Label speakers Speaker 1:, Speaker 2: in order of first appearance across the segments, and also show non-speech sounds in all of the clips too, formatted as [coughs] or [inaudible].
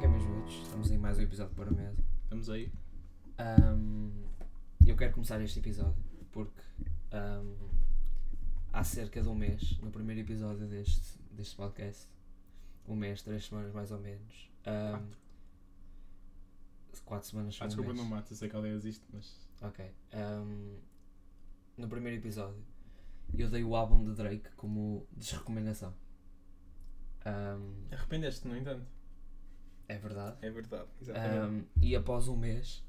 Speaker 1: é ouvintes, estamos em mais um episódio para o mesa.
Speaker 2: Estamos aí.
Speaker 1: Ahm, eu quero começar este episódio porque ahm, há cerca de um mês, no primeiro episódio deste, deste podcast, um mês, três semanas mais ou menos, ahm, quatro semanas
Speaker 2: Ah,
Speaker 1: são um
Speaker 2: desculpa,
Speaker 1: mês.
Speaker 2: não mato, eu sei que ela existe, mas.
Speaker 1: Ok. ahm, no primeiro episódio, eu dei o álbum de Drake como desrecomendação. Ahm,
Speaker 2: Arrependeste, no entanto.
Speaker 1: é verdade.
Speaker 2: É verdade,
Speaker 1: Um, e após um mês,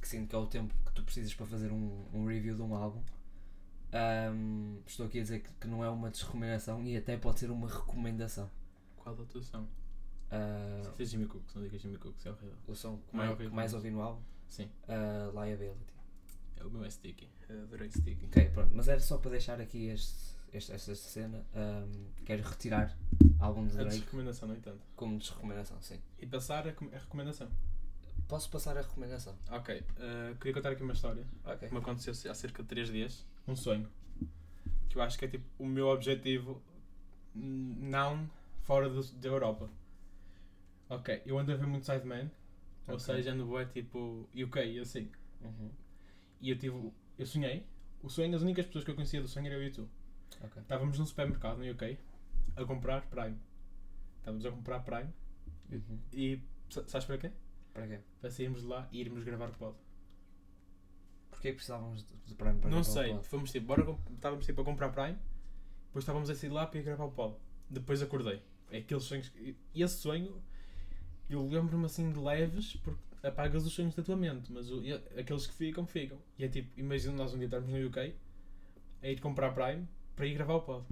Speaker 1: que sinto que é o tempo que tu precisas para fazer um, um review de um álbum, um, estou aqui a dizer que, que não é uma desrecomendação e até pode ser uma recomendação.
Speaker 2: Qual a atuação?
Speaker 1: Uh,
Speaker 2: Se é Jimmy Cooks, não digas Jimmy Cooks, é horrível.
Speaker 1: o som que
Speaker 2: Não é
Speaker 1: mais,
Speaker 2: horrível,
Speaker 1: que mais
Speaker 2: mas-
Speaker 1: ouvi no álbum,
Speaker 2: Sim,
Speaker 1: uh, Liability.
Speaker 2: é o meu é Sticky. Adorei Sticky.
Speaker 1: Ok, pronto, mas era só para deixar aqui este, este- esta cena. um, quero retirar álbum de
Speaker 2: A
Speaker 1: Drake
Speaker 2: desrecomendação, no entanto.
Speaker 1: como desrecomendação, sim.
Speaker 2: E passar a, com- a recomendação.
Speaker 1: Posso passar a recomendação?
Speaker 2: Ok, eh, queria contar aqui uma história
Speaker 1: Ok.
Speaker 2: que me aconteceu há cerca de 3 dias. Um sonho. Que eu acho que é tipo o meu objetivo, n- não fora do- da Europa. Ok, eu ando a ver muito Sideman, ou
Speaker 1: Ok.
Speaker 2: seja, ando a tipo UK e assim.
Speaker 1: Uhum,
Speaker 2: E eu tive. Eu sonhei. O sonho, as únicas pessoas que eu conhecia do sonho era eu e tu.
Speaker 1: ok.
Speaker 2: Estávamos num supermercado no UK a comprar Prime. Estávamos a comprar Prime
Speaker 1: Uhum.
Speaker 2: e. sa- Sabes para quê?
Speaker 1: Para quê?
Speaker 2: Para sairmos de lá e irmos gravar o pod.
Speaker 1: Porquê precisávamos de, de Prime para gravar
Speaker 2: Não
Speaker 1: o
Speaker 2: sei,
Speaker 1: pod?
Speaker 2: fomos tipo, bora, comp- estávamos tipo a comprar Prime, depois estávamos a sair de lá para ir gravar o pod. Depois acordei. É aqueles sonhos. que- E esse sonho, eu lembro-me assim de leves, porque apagas os sonhos da tua mente, mas o- e- aqueles que ficam, ficam. E é tipo, imagina nós um dia estarmos no UK, a ir comprar Prime para ir gravar o pod.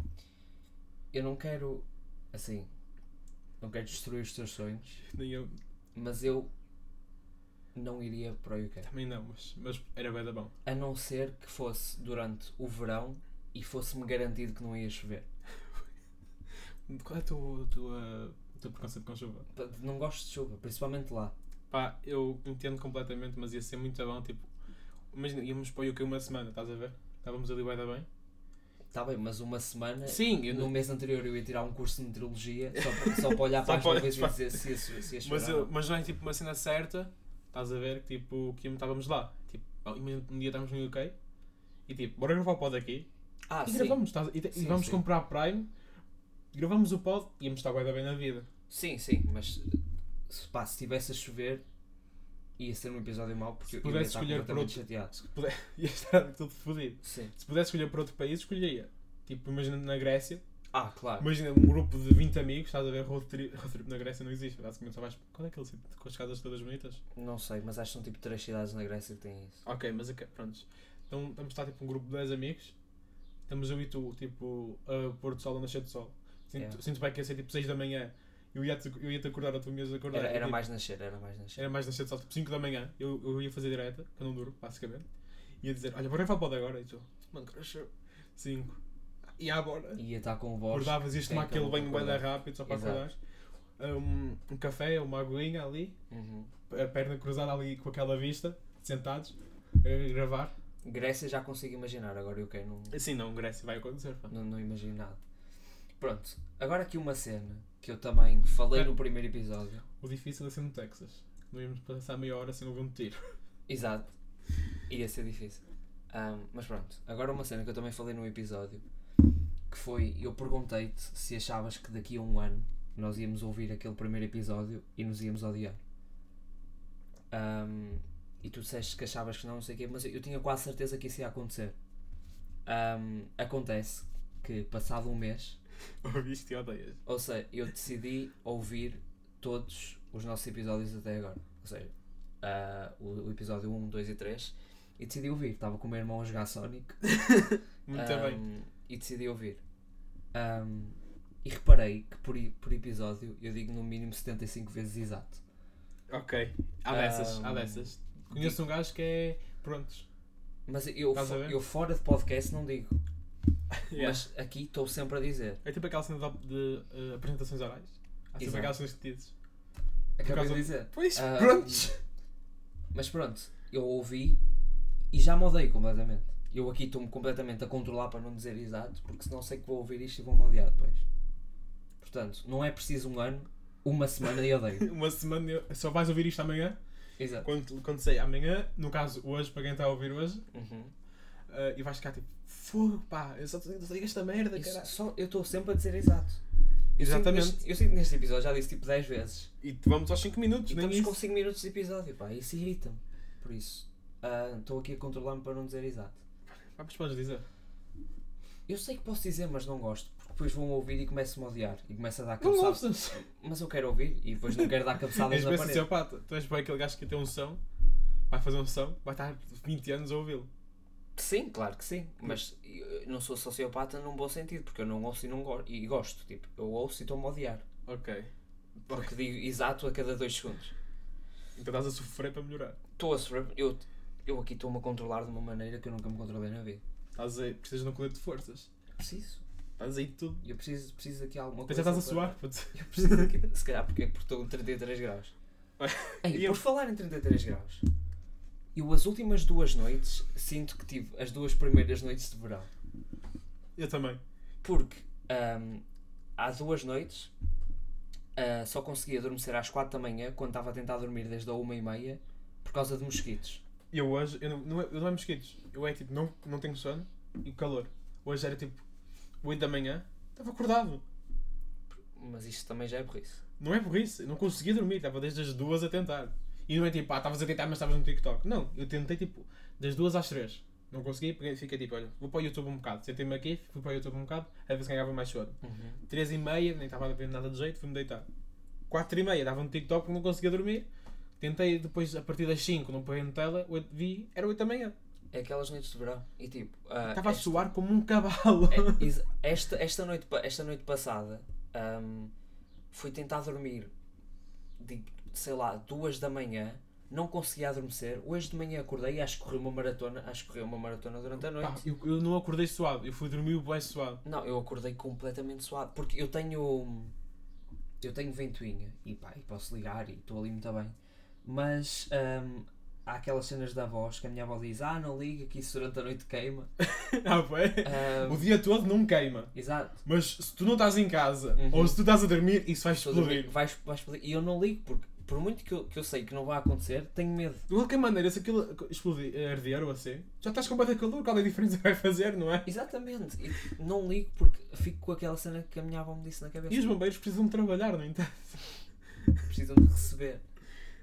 Speaker 1: eu não quero, assim, não quero destruir os teus sonhos,
Speaker 2: Nem eu,
Speaker 1: mas eu não iria para o UK.
Speaker 2: também não, mas, mas era bem da bom.
Speaker 1: A não ser que fosse durante o verão e fosse-me garantido que não ia chover.
Speaker 2: Qual é a tua, a tua, o teu preconceito com chuva?
Speaker 1: Pá, Não gosto de chuva, principalmente lá.
Speaker 2: Pá, eu entendo completamente, mas ia ser muito bom, tipo, imagina, íamos para o UK uma semana, estás a ver? Estávamos ali bem da bem.
Speaker 1: Está Tá bem, mas uma semana.
Speaker 2: Sim, eu
Speaker 1: No
Speaker 2: não...
Speaker 1: mês anterior eu ia tirar um curso de meteorologia só para, só para
Speaker 2: [laughs]
Speaker 1: olhar
Speaker 2: Só
Speaker 1: para as
Speaker 2: para-
Speaker 1: nuvens e dizer se ia, cho- se ia chover.
Speaker 2: Mas,
Speaker 1: ou
Speaker 2: eu,
Speaker 1: não.
Speaker 2: mas não é tipo uma cena certa, estás a ver, que tipo, que estávamos lá. Tipo, pá, imagina, um dia estamos no UK e tipo, bora gravar o pod aqui.
Speaker 1: Ah,
Speaker 2: e
Speaker 1: sim.
Speaker 2: gravamos, estás a- e, te- e
Speaker 1: Sim,
Speaker 2: vamos
Speaker 1: sim.
Speaker 2: comprar Prime, gravamos o pod e íamos estar bem da bem na vida. [laughs]
Speaker 1: Sim, sim, mas se, pá, se tivesse a chover ia ser um episódio mau porque
Speaker 2: Se
Speaker 1: eu ia
Speaker 2: pudesse
Speaker 1: estar
Speaker 2: escolher por
Speaker 1: completamente
Speaker 2: outro-
Speaker 1: chateado.
Speaker 2: Se puder, ia estar tudo fodido.
Speaker 1: Sim.
Speaker 2: Se pudesse escolher para outro país, escolheria. Tipo, imagina na Grécia,
Speaker 1: Ah, claro.
Speaker 2: Imagina um grupo de 20 amigos, estás a ver road trip, road trip na Grécia não existe, basicamente só vais. Qual é aquele sítio com as casas todas bonitas?
Speaker 1: Não sei, mas acho que são tipo três cidades na Grécia que têm isso.
Speaker 2: Ok, mas ok, pronto. Então estamos estar tipo um grupo de 10 amigos, estamos eu e tu, tipo, a pôr do sol a nascer do sol. Sinto,
Speaker 1: Yeah.
Speaker 2: sinto bem que ia ser tipo 6 da manhã, eu ia-te eu ia -te acordar, ou tu me ias acordar.
Speaker 1: Era,
Speaker 2: eu,
Speaker 1: era
Speaker 2: tipo,
Speaker 1: mais nascer, era mais nascer.
Speaker 2: era mais nascer do sol, tipo 5 da manhã, eu, eu ia fazer direta, que eu não durmo, basicamente. Ia dizer, olha, bora gravar pod agora, e tu, mano, cresceu. 5. E à bora.
Speaker 1: Ia estar com voz.
Speaker 2: Acordavas, ias
Speaker 1: Quem é
Speaker 2: tomar
Speaker 1: que eu
Speaker 2: aquele
Speaker 1: não
Speaker 2: banho
Speaker 1: vou
Speaker 2: bem
Speaker 1: acordar?
Speaker 2: rápido só para
Speaker 1: Exato.
Speaker 2: acordares. Um, um café, uma aguinha ali,
Speaker 1: Uhum.
Speaker 2: a perna cruzada ali com aquela vista, sentados, a gravar.
Speaker 1: Grécia já consigo imaginar, agora eu quero, não,
Speaker 2: Assim não, Grécia vai acontecer, pá.
Speaker 1: não, não imagino nada. Pronto, agora aqui uma cena que eu também falei no primeiro episódio.
Speaker 2: O difícil é ser no Texas. Não íamos passar meia hora sem ouvir um tiro. [laughs]
Speaker 1: Exato, ia ser difícil. Ahm, mas pronto, agora uma cena que eu também falei num episódio que foi: eu perguntei-te se achavas que daqui a um ano nós íamos ouvir aquele primeiro episódio e nos íamos odiar. Ahm, e tu disseste que achavas que não, não sei o quê, mas eu, eu tinha quase certeza que isso ia acontecer. Ahm, acontece que, passado um mês,
Speaker 2: Ouviste e odeias.
Speaker 1: ou seja, eu decidi ouvir todos os nossos episódios até agora. Ou seja, ah, o, o episódio 1, 2 e 3. E decidi ouvir. Estava com o meu irmão a jogar Sonic.
Speaker 2: [laughs] Muito
Speaker 1: ahm,
Speaker 2: bem.
Speaker 1: E decidi ouvir. Ahm, e reparei que por, e- por episódio eu digo no mínimo 75 vezes exato.
Speaker 2: Ok. Há dessas, há
Speaker 1: Ahm,
Speaker 2: dessas. Conheço um gajo que é. Prontos.
Speaker 1: Mas eu,
Speaker 2: Estás a
Speaker 1: fo-
Speaker 2: ver?
Speaker 1: eu fora de podcast não digo.
Speaker 2: [laughs] Yeah.
Speaker 1: Mas aqui estou sempre a dizer.
Speaker 2: É tipo aquela cena de, de, eh, apresentações orais. Há sempre
Speaker 1: Exato. Ah,
Speaker 2: aquelas cenas que dizes.
Speaker 1: Acabei
Speaker 2: causa
Speaker 1: de
Speaker 2: do-
Speaker 1: dizer.
Speaker 2: Pois,
Speaker 1: Ahm,
Speaker 2: prontos.
Speaker 1: Mas pronto, eu ouvi e já me odeio completamente. Eu aqui estou-me completamente a controlar para não dizer exato, porque senão sei que vou ouvir isto e vou-me odiar depois. Portanto, não é preciso um ano, Uma semana e
Speaker 2: [laughs]
Speaker 1: odeio.
Speaker 2: Uma semana eu- só vais ouvir isto amanhã.
Speaker 1: Exato.
Speaker 2: Quando, quando sei amanhã, no caso hoje, para quem está a ouvir hoje,
Speaker 1: Uhum.
Speaker 2: ah, e vais ficar tipo, fogo pá, eu só te digo esta merda,
Speaker 1: Isso-
Speaker 2: caralho.
Speaker 1: só, eu estou sempre a dizer exato. Eu sinto
Speaker 2: Exatamente.
Speaker 1: neste- eu sinto que neste episódio já disse tipo 10 vezes.
Speaker 2: E te- vamos aos 5 minutos,
Speaker 1: E
Speaker 2: nem
Speaker 1: estamos
Speaker 2: isso.
Speaker 1: com 5 minutos de episódio, pá, isso irrita-me. Por isso, ah, estou aqui a controlar-me para não dizer exato.
Speaker 2: Ah, mas podes dizer.
Speaker 1: Eu sei que posso dizer, mas não gosto, porque depois vão ouvir e começo-me a odiar e começo a dar
Speaker 2: Não
Speaker 1: cabeçadas.
Speaker 2: ouças.
Speaker 1: Mas eu quero ouvir e depois não quero dar
Speaker 2: [laughs]
Speaker 1: cabeçadas
Speaker 2: És
Speaker 1: na
Speaker 2: bem
Speaker 1: parede.
Speaker 2: sociopata. Tu és bem aquele gajo que tem um som, vai fazer um som, vai estar 20 anos a ouvi-lo.
Speaker 1: Sim, claro que sim, mas eu não sou sociopata num bom sentido, porque eu não ouço e, não go e gosto. Tipo, eu ouço e estou-me a odiar,
Speaker 2: Ok.
Speaker 1: porque digo exato a cada 2 segundos.
Speaker 2: Então estás a sofrer para melhorar.
Speaker 1: Estou a sofrer, eu, eu aqui estou-me a controlar de uma maneira que eu nunca me controlei na vida.
Speaker 2: Estás aí, precisas de um colete de forças.
Speaker 1: Preciso,
Speaker 2: Estás aí de tudo.
Speaker 1: eu preciso, preciso aqui alguma
Speaker 2: Até
Speaker 1: coisa.
Speaker 2: já estás a
Speaker 1: para-
Speaker 2: suar,
Speaker 1: [laughs]
Speaker 2: puto.
Speaker 1: Eu preciso aqui. Se calhar porque é porque estou em 33
Speaker 2: [laughs]
Speaker 1: graus.
Speaker 2: E
Speaker 1: Ei,
Speaker 2: eu-
Speaker 1: por falar em 33 graus, eu as últimas duas noites sinto que tive as duas primeiras noites de verão.
Speaker 2: Eu também.
Speaker 1: Porque ahm, há duas noites ah, só conseguia adormecer às 4 da manhã quando estava a tentar dormir desde a 1 e meia por causa de mosquitos.
Speaker 2: Eu hoje, eu não, não, é, eu não é mosquitos. Eu é tipo, não, não tenho sono e o calor. Hoje era tipo 8 da manhã, estava acordado.
Speaker 1: Mas isto também já é por isso.
Speaker 2: Não é por isso, eu não conseguia dormir, estava desde as 2 a tentar. E não é tipo, ah, estavas a tentar, mas estavas no TikTok. Não, eu tentei tipo das 2 às 3. Não consegui, peguei- fiquei tipo, olha, vou para o YouTube um bocado. Sentei-me aqui, fui para o YouTube um bocado, a ver se ganhava mais sono. 3 e meia, nem estava a ver nada de jeito, fui-me deitar. 4 e meia, dava um TikTok, não conseguia dormir. Tentei depois, a partir das 5, não peguei no tela, oito- vi, era 8 da manhã.
Speaker 1: É aquelas noites de verão. E tipo. ah,
Speaker 2: Estava a
Speaker 1: esta-
Speaker 2: suar como um cavalo.
Speaker 1: É, exa- esta, esta, noite, pa- esta noite passada ahm, fui tentar dormir de, sei lá, duas da manhã, não conseguia adormecer. Hoje de manhã acordei e acho que corri uma maratona, acho que corri uma maratona durante a
Speaker 2: Pá,
Speaker 1: noite.
Speaker 2: eu, eu não acordei suado, eu fui dormir bem
Speaker 1: [laughs]
Speaker 2: suado.
Speaker 1: Não, eu acordei completamente suado, porque eu tenho eu tenho ventoinha e pá, e posso ligar e estou ali muito bem. Mas ahm, há aquelas cenas da voz que a minha avó diz: "Ah, não liga que isso durante a noite
Speaker 2: [laughs]
Speaker 1: queima".
Speaker 2: Ah, pá.
Speaker 1: Ahm,
Speaker 2: O dia todo não queima.
Speaker 1: exato.
Speaker 2: [laughs] Mas se tu não estás em casa
Speaker 1: Uhum.
Speaker 2: ou se tu estás a dormir, isso vai
Speaker 1: Estou a dormir,
Speaker 2: explodir.
Speaker 1: vai, vai explodir. E eu não ligo, porque por muito que eu, que eu sei que não vai acontecer, tenho medo.
Speaker 2: De qualquer maneira, se aquilo explodir, eh, arder ou assim, já estás com bastante calor, qual é a diferença que vai fazer, não é?
Speaker 1: Exatamente. E não ligo porque fico com aquela cena que a minha avó me disse na cabeça.
Speaker 2: E os bombeiros precisam de trabalhar, não é?
Speaker 1: Precisam de receber.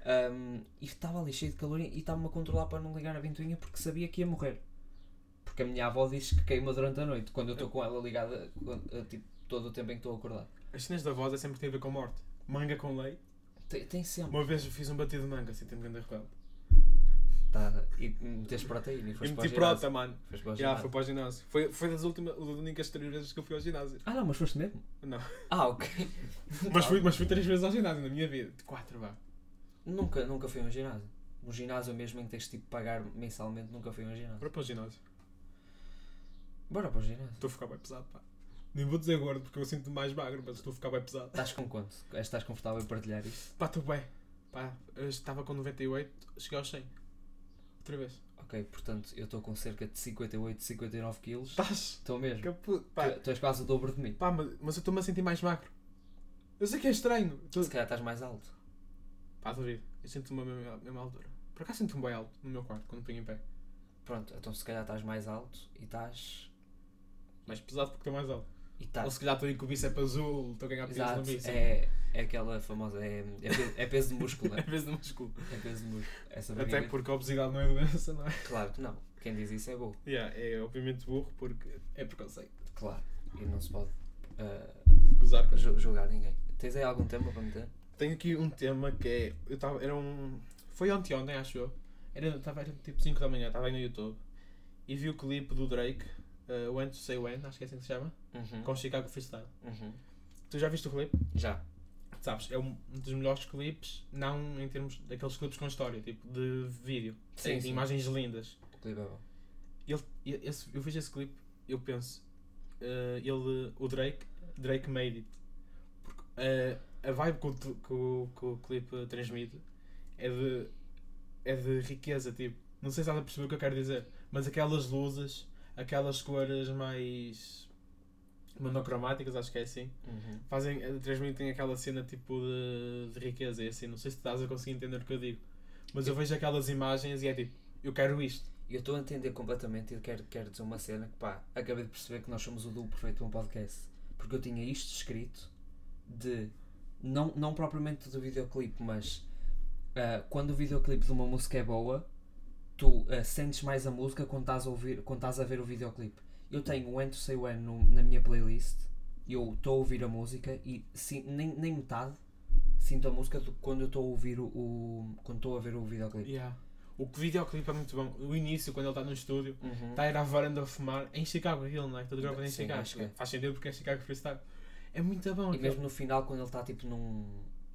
Speaker 1: Ahm, e estava ali cheio de calor e estava-me a controlar para não ligar a ventoinha porque sabia que ia morrer. Porque a minha avó diz que queima durante a noite, quando eu estou com ela ligada, quando- eh, tipo, todo o tempo em que estou a acordar.
Speaker 2: As cenas da voz é sempre que tem a ver com morte. Manga com lei.
Speaker 1: Tem, tem sempre.
Speaker 2: Uma vez eu fiz um batido de manga, assim, tem grande rebelde.
Speaker 1: Tá, e meteste proteína e
Speaker 2: E
Speaker 1: foste para o
Speaker 2: meti
Speaker 1: ginásio.
Speaker 2: prota, mano.
Speaker 1: Foste para o
Speaker 2: Já,
Speaker 1: ginásio.
Speaker 2: foi para o ginásio. Foi, foi das últimas, das únicas três vezes que eu fui ao ginásio.
Speaker 1: Ah não, mas foste mesmo?
Speaker 2: Não.
Speaker 1: Ah, ok.
Speaker 2: [laughs] Mas fui, mas fui três vezes ao ginásio na minha vida. De quatro, vá.
Speaker 1: Nunca, nunca fui a um ginásio. Um ginásio mesmo em que tens de tipo, pagar mensalmente, nunca fui a um ginásio.
Speaker 2: Bora para o ginásio.
Speaker 1: Bora para o ginásio.
Speaker 2: Estou a ficar bem pesado, pá. Nem vou dizer gordo, porque eu sinto mais magro, mas estou a ficar bem pesado.
Speaker 1: Estás com quanto? Estás confortável em partilhar isso?
Speaker 2: Pá, estou bem. Pá, eu estava com 98, cheguei aos 100. Outra vez.
Speaker 1: Ok, portanto, eu estou com cerca de 58, 59 quilos.
Speaker 2: Estás?
Speaker 1: Estou mesmo.
Speaker 2: Caputo, pá.
Speaker 1: Tu, tu és quase o dobro de mim.
Speaker 2: Pá, mas, mas eu estou-me a sentir mais magro. Eu sei que é estranho. Tô...
Speaker 1: Se calhar estás mais alto.
Speaker 2: Pá, duvido. Eu sinto-me à mesma, à mesma altura. Por acaso sinto-me bem alto no meu quarto, quando ponho em pé.
Speaker 1: Pronto, então se calhar estás mais alto e estás.
Speaker 2: Mais pesado porque estou mais alto.
Speaker 1: E
Speaker 2: Ou
Speaker 1: estás.
Speaker 2: se calhar estou aí com o bíceps azul, estou a ganhar peso
Speaker 1: Exato.
Speaker 2: no bíceps.
Speaker 1: É, é aquela famosa. É, é, pe- é peso de músculo,
Speaker 2: [laughs] É
Speaker 1: é?
Speaker 2: peso no músculo.
Speaker 1: É peso de músculo. Essa barriga.
Speaker 2: Até porque a obesidade não é doença, não é?
Speaker 1: Claro que não. Quem diz isso é bom.
Speaker 2: Yeah, é obviamente burro porque é preconceito.
Speaker 1: Claro. E não se pode ah,
Speaker 2: Gozar com
Speaker 1: ju- julgar ninguém. Tens aí algum tema para meter?
Speaker 2: Tenho aqui um tema que é. Eu estava. Era um. Foi ontem, ontem, acho eu. Era, tava, era tipo 5 da manhã, estava aí no YouTube. E vi o clipe do Drake, uh, When to Say When, acho que é assim que se chama,
Speaker 1: Uhum.
Speaker 2: com Chicago Freestyle.
Speaker 1: Uhum.
Speaker 2: Tu já viste o clipe?
Speaker 1: Já.
Speaker 2: Sabes, é um um dos melhores clipes, não em termos daqueles clipes com história, tipo de vídeo.
Speaker 1: Sim,
Speaker 2: Tem
Speaker 1: sim.
Speaker 2: imagens lindas.
Speaker 1: O clipe é bom.
Speaker 2: Ele, e- esse- eu vejo esse clipe, eu penso, eh, ele, o Drake, Drake made it. Porque eh, a vibe que o, tu- que, o, que o clipe transmite é de, é de riqueza, tipo, não sei se estás a perceber o que eu quero dizer, mas aquelas luzes, aquelas cores mais monocromáticas, acho que é assim.
Speaker 1: Uhum.
Speaker 2: Fazem, eh, transmitem aquela cena tipo de, de riqueza e assim. Não sei se estás a conseguir entender o que eu digo, mas eu vejo aquelas imagens e é tipo, eu quero isto.
Speaker 1: Eu estou a entender completamente e quero, quero dizer uma cena que pá, acabei de perceber que nós somos o duo perfeito para um podcast. Porque eu tinha isto escrito de não, não propriamente do videoclipe, mas ah, quando o videoclipe de uma música é boa, tu ah, sentes mais a música quando estás a, ouvir, quando estás a ver o videoclipe. Eu tenho o Enter Say When no- na minha playlist, eu estou a ouvir a música e sim, nem, nem metade sinto a música do que quando eu estou a ouvir o, o- quando estou a ver o videoclipe.
Speaker 2: Yeah. O que- videoclipe é muito bom. O início, quando ele está no estúdio,
Speaker 1: Uhum.
Speaker 2: está a ir à varanda a fumar, é em Chicago, aquilo, não é? Tudo gravado em
Speaker 1: Sim,
Speaker 2: Chicago.
Speaker 1: acho que é.
Speaker 2: Faz sentido porque é Chicago Freestyle. É muito bom.
Speaker 1: E
Speaker 2: aquilo.
Speaker 1: mesmo no final, quando ele está tipo num.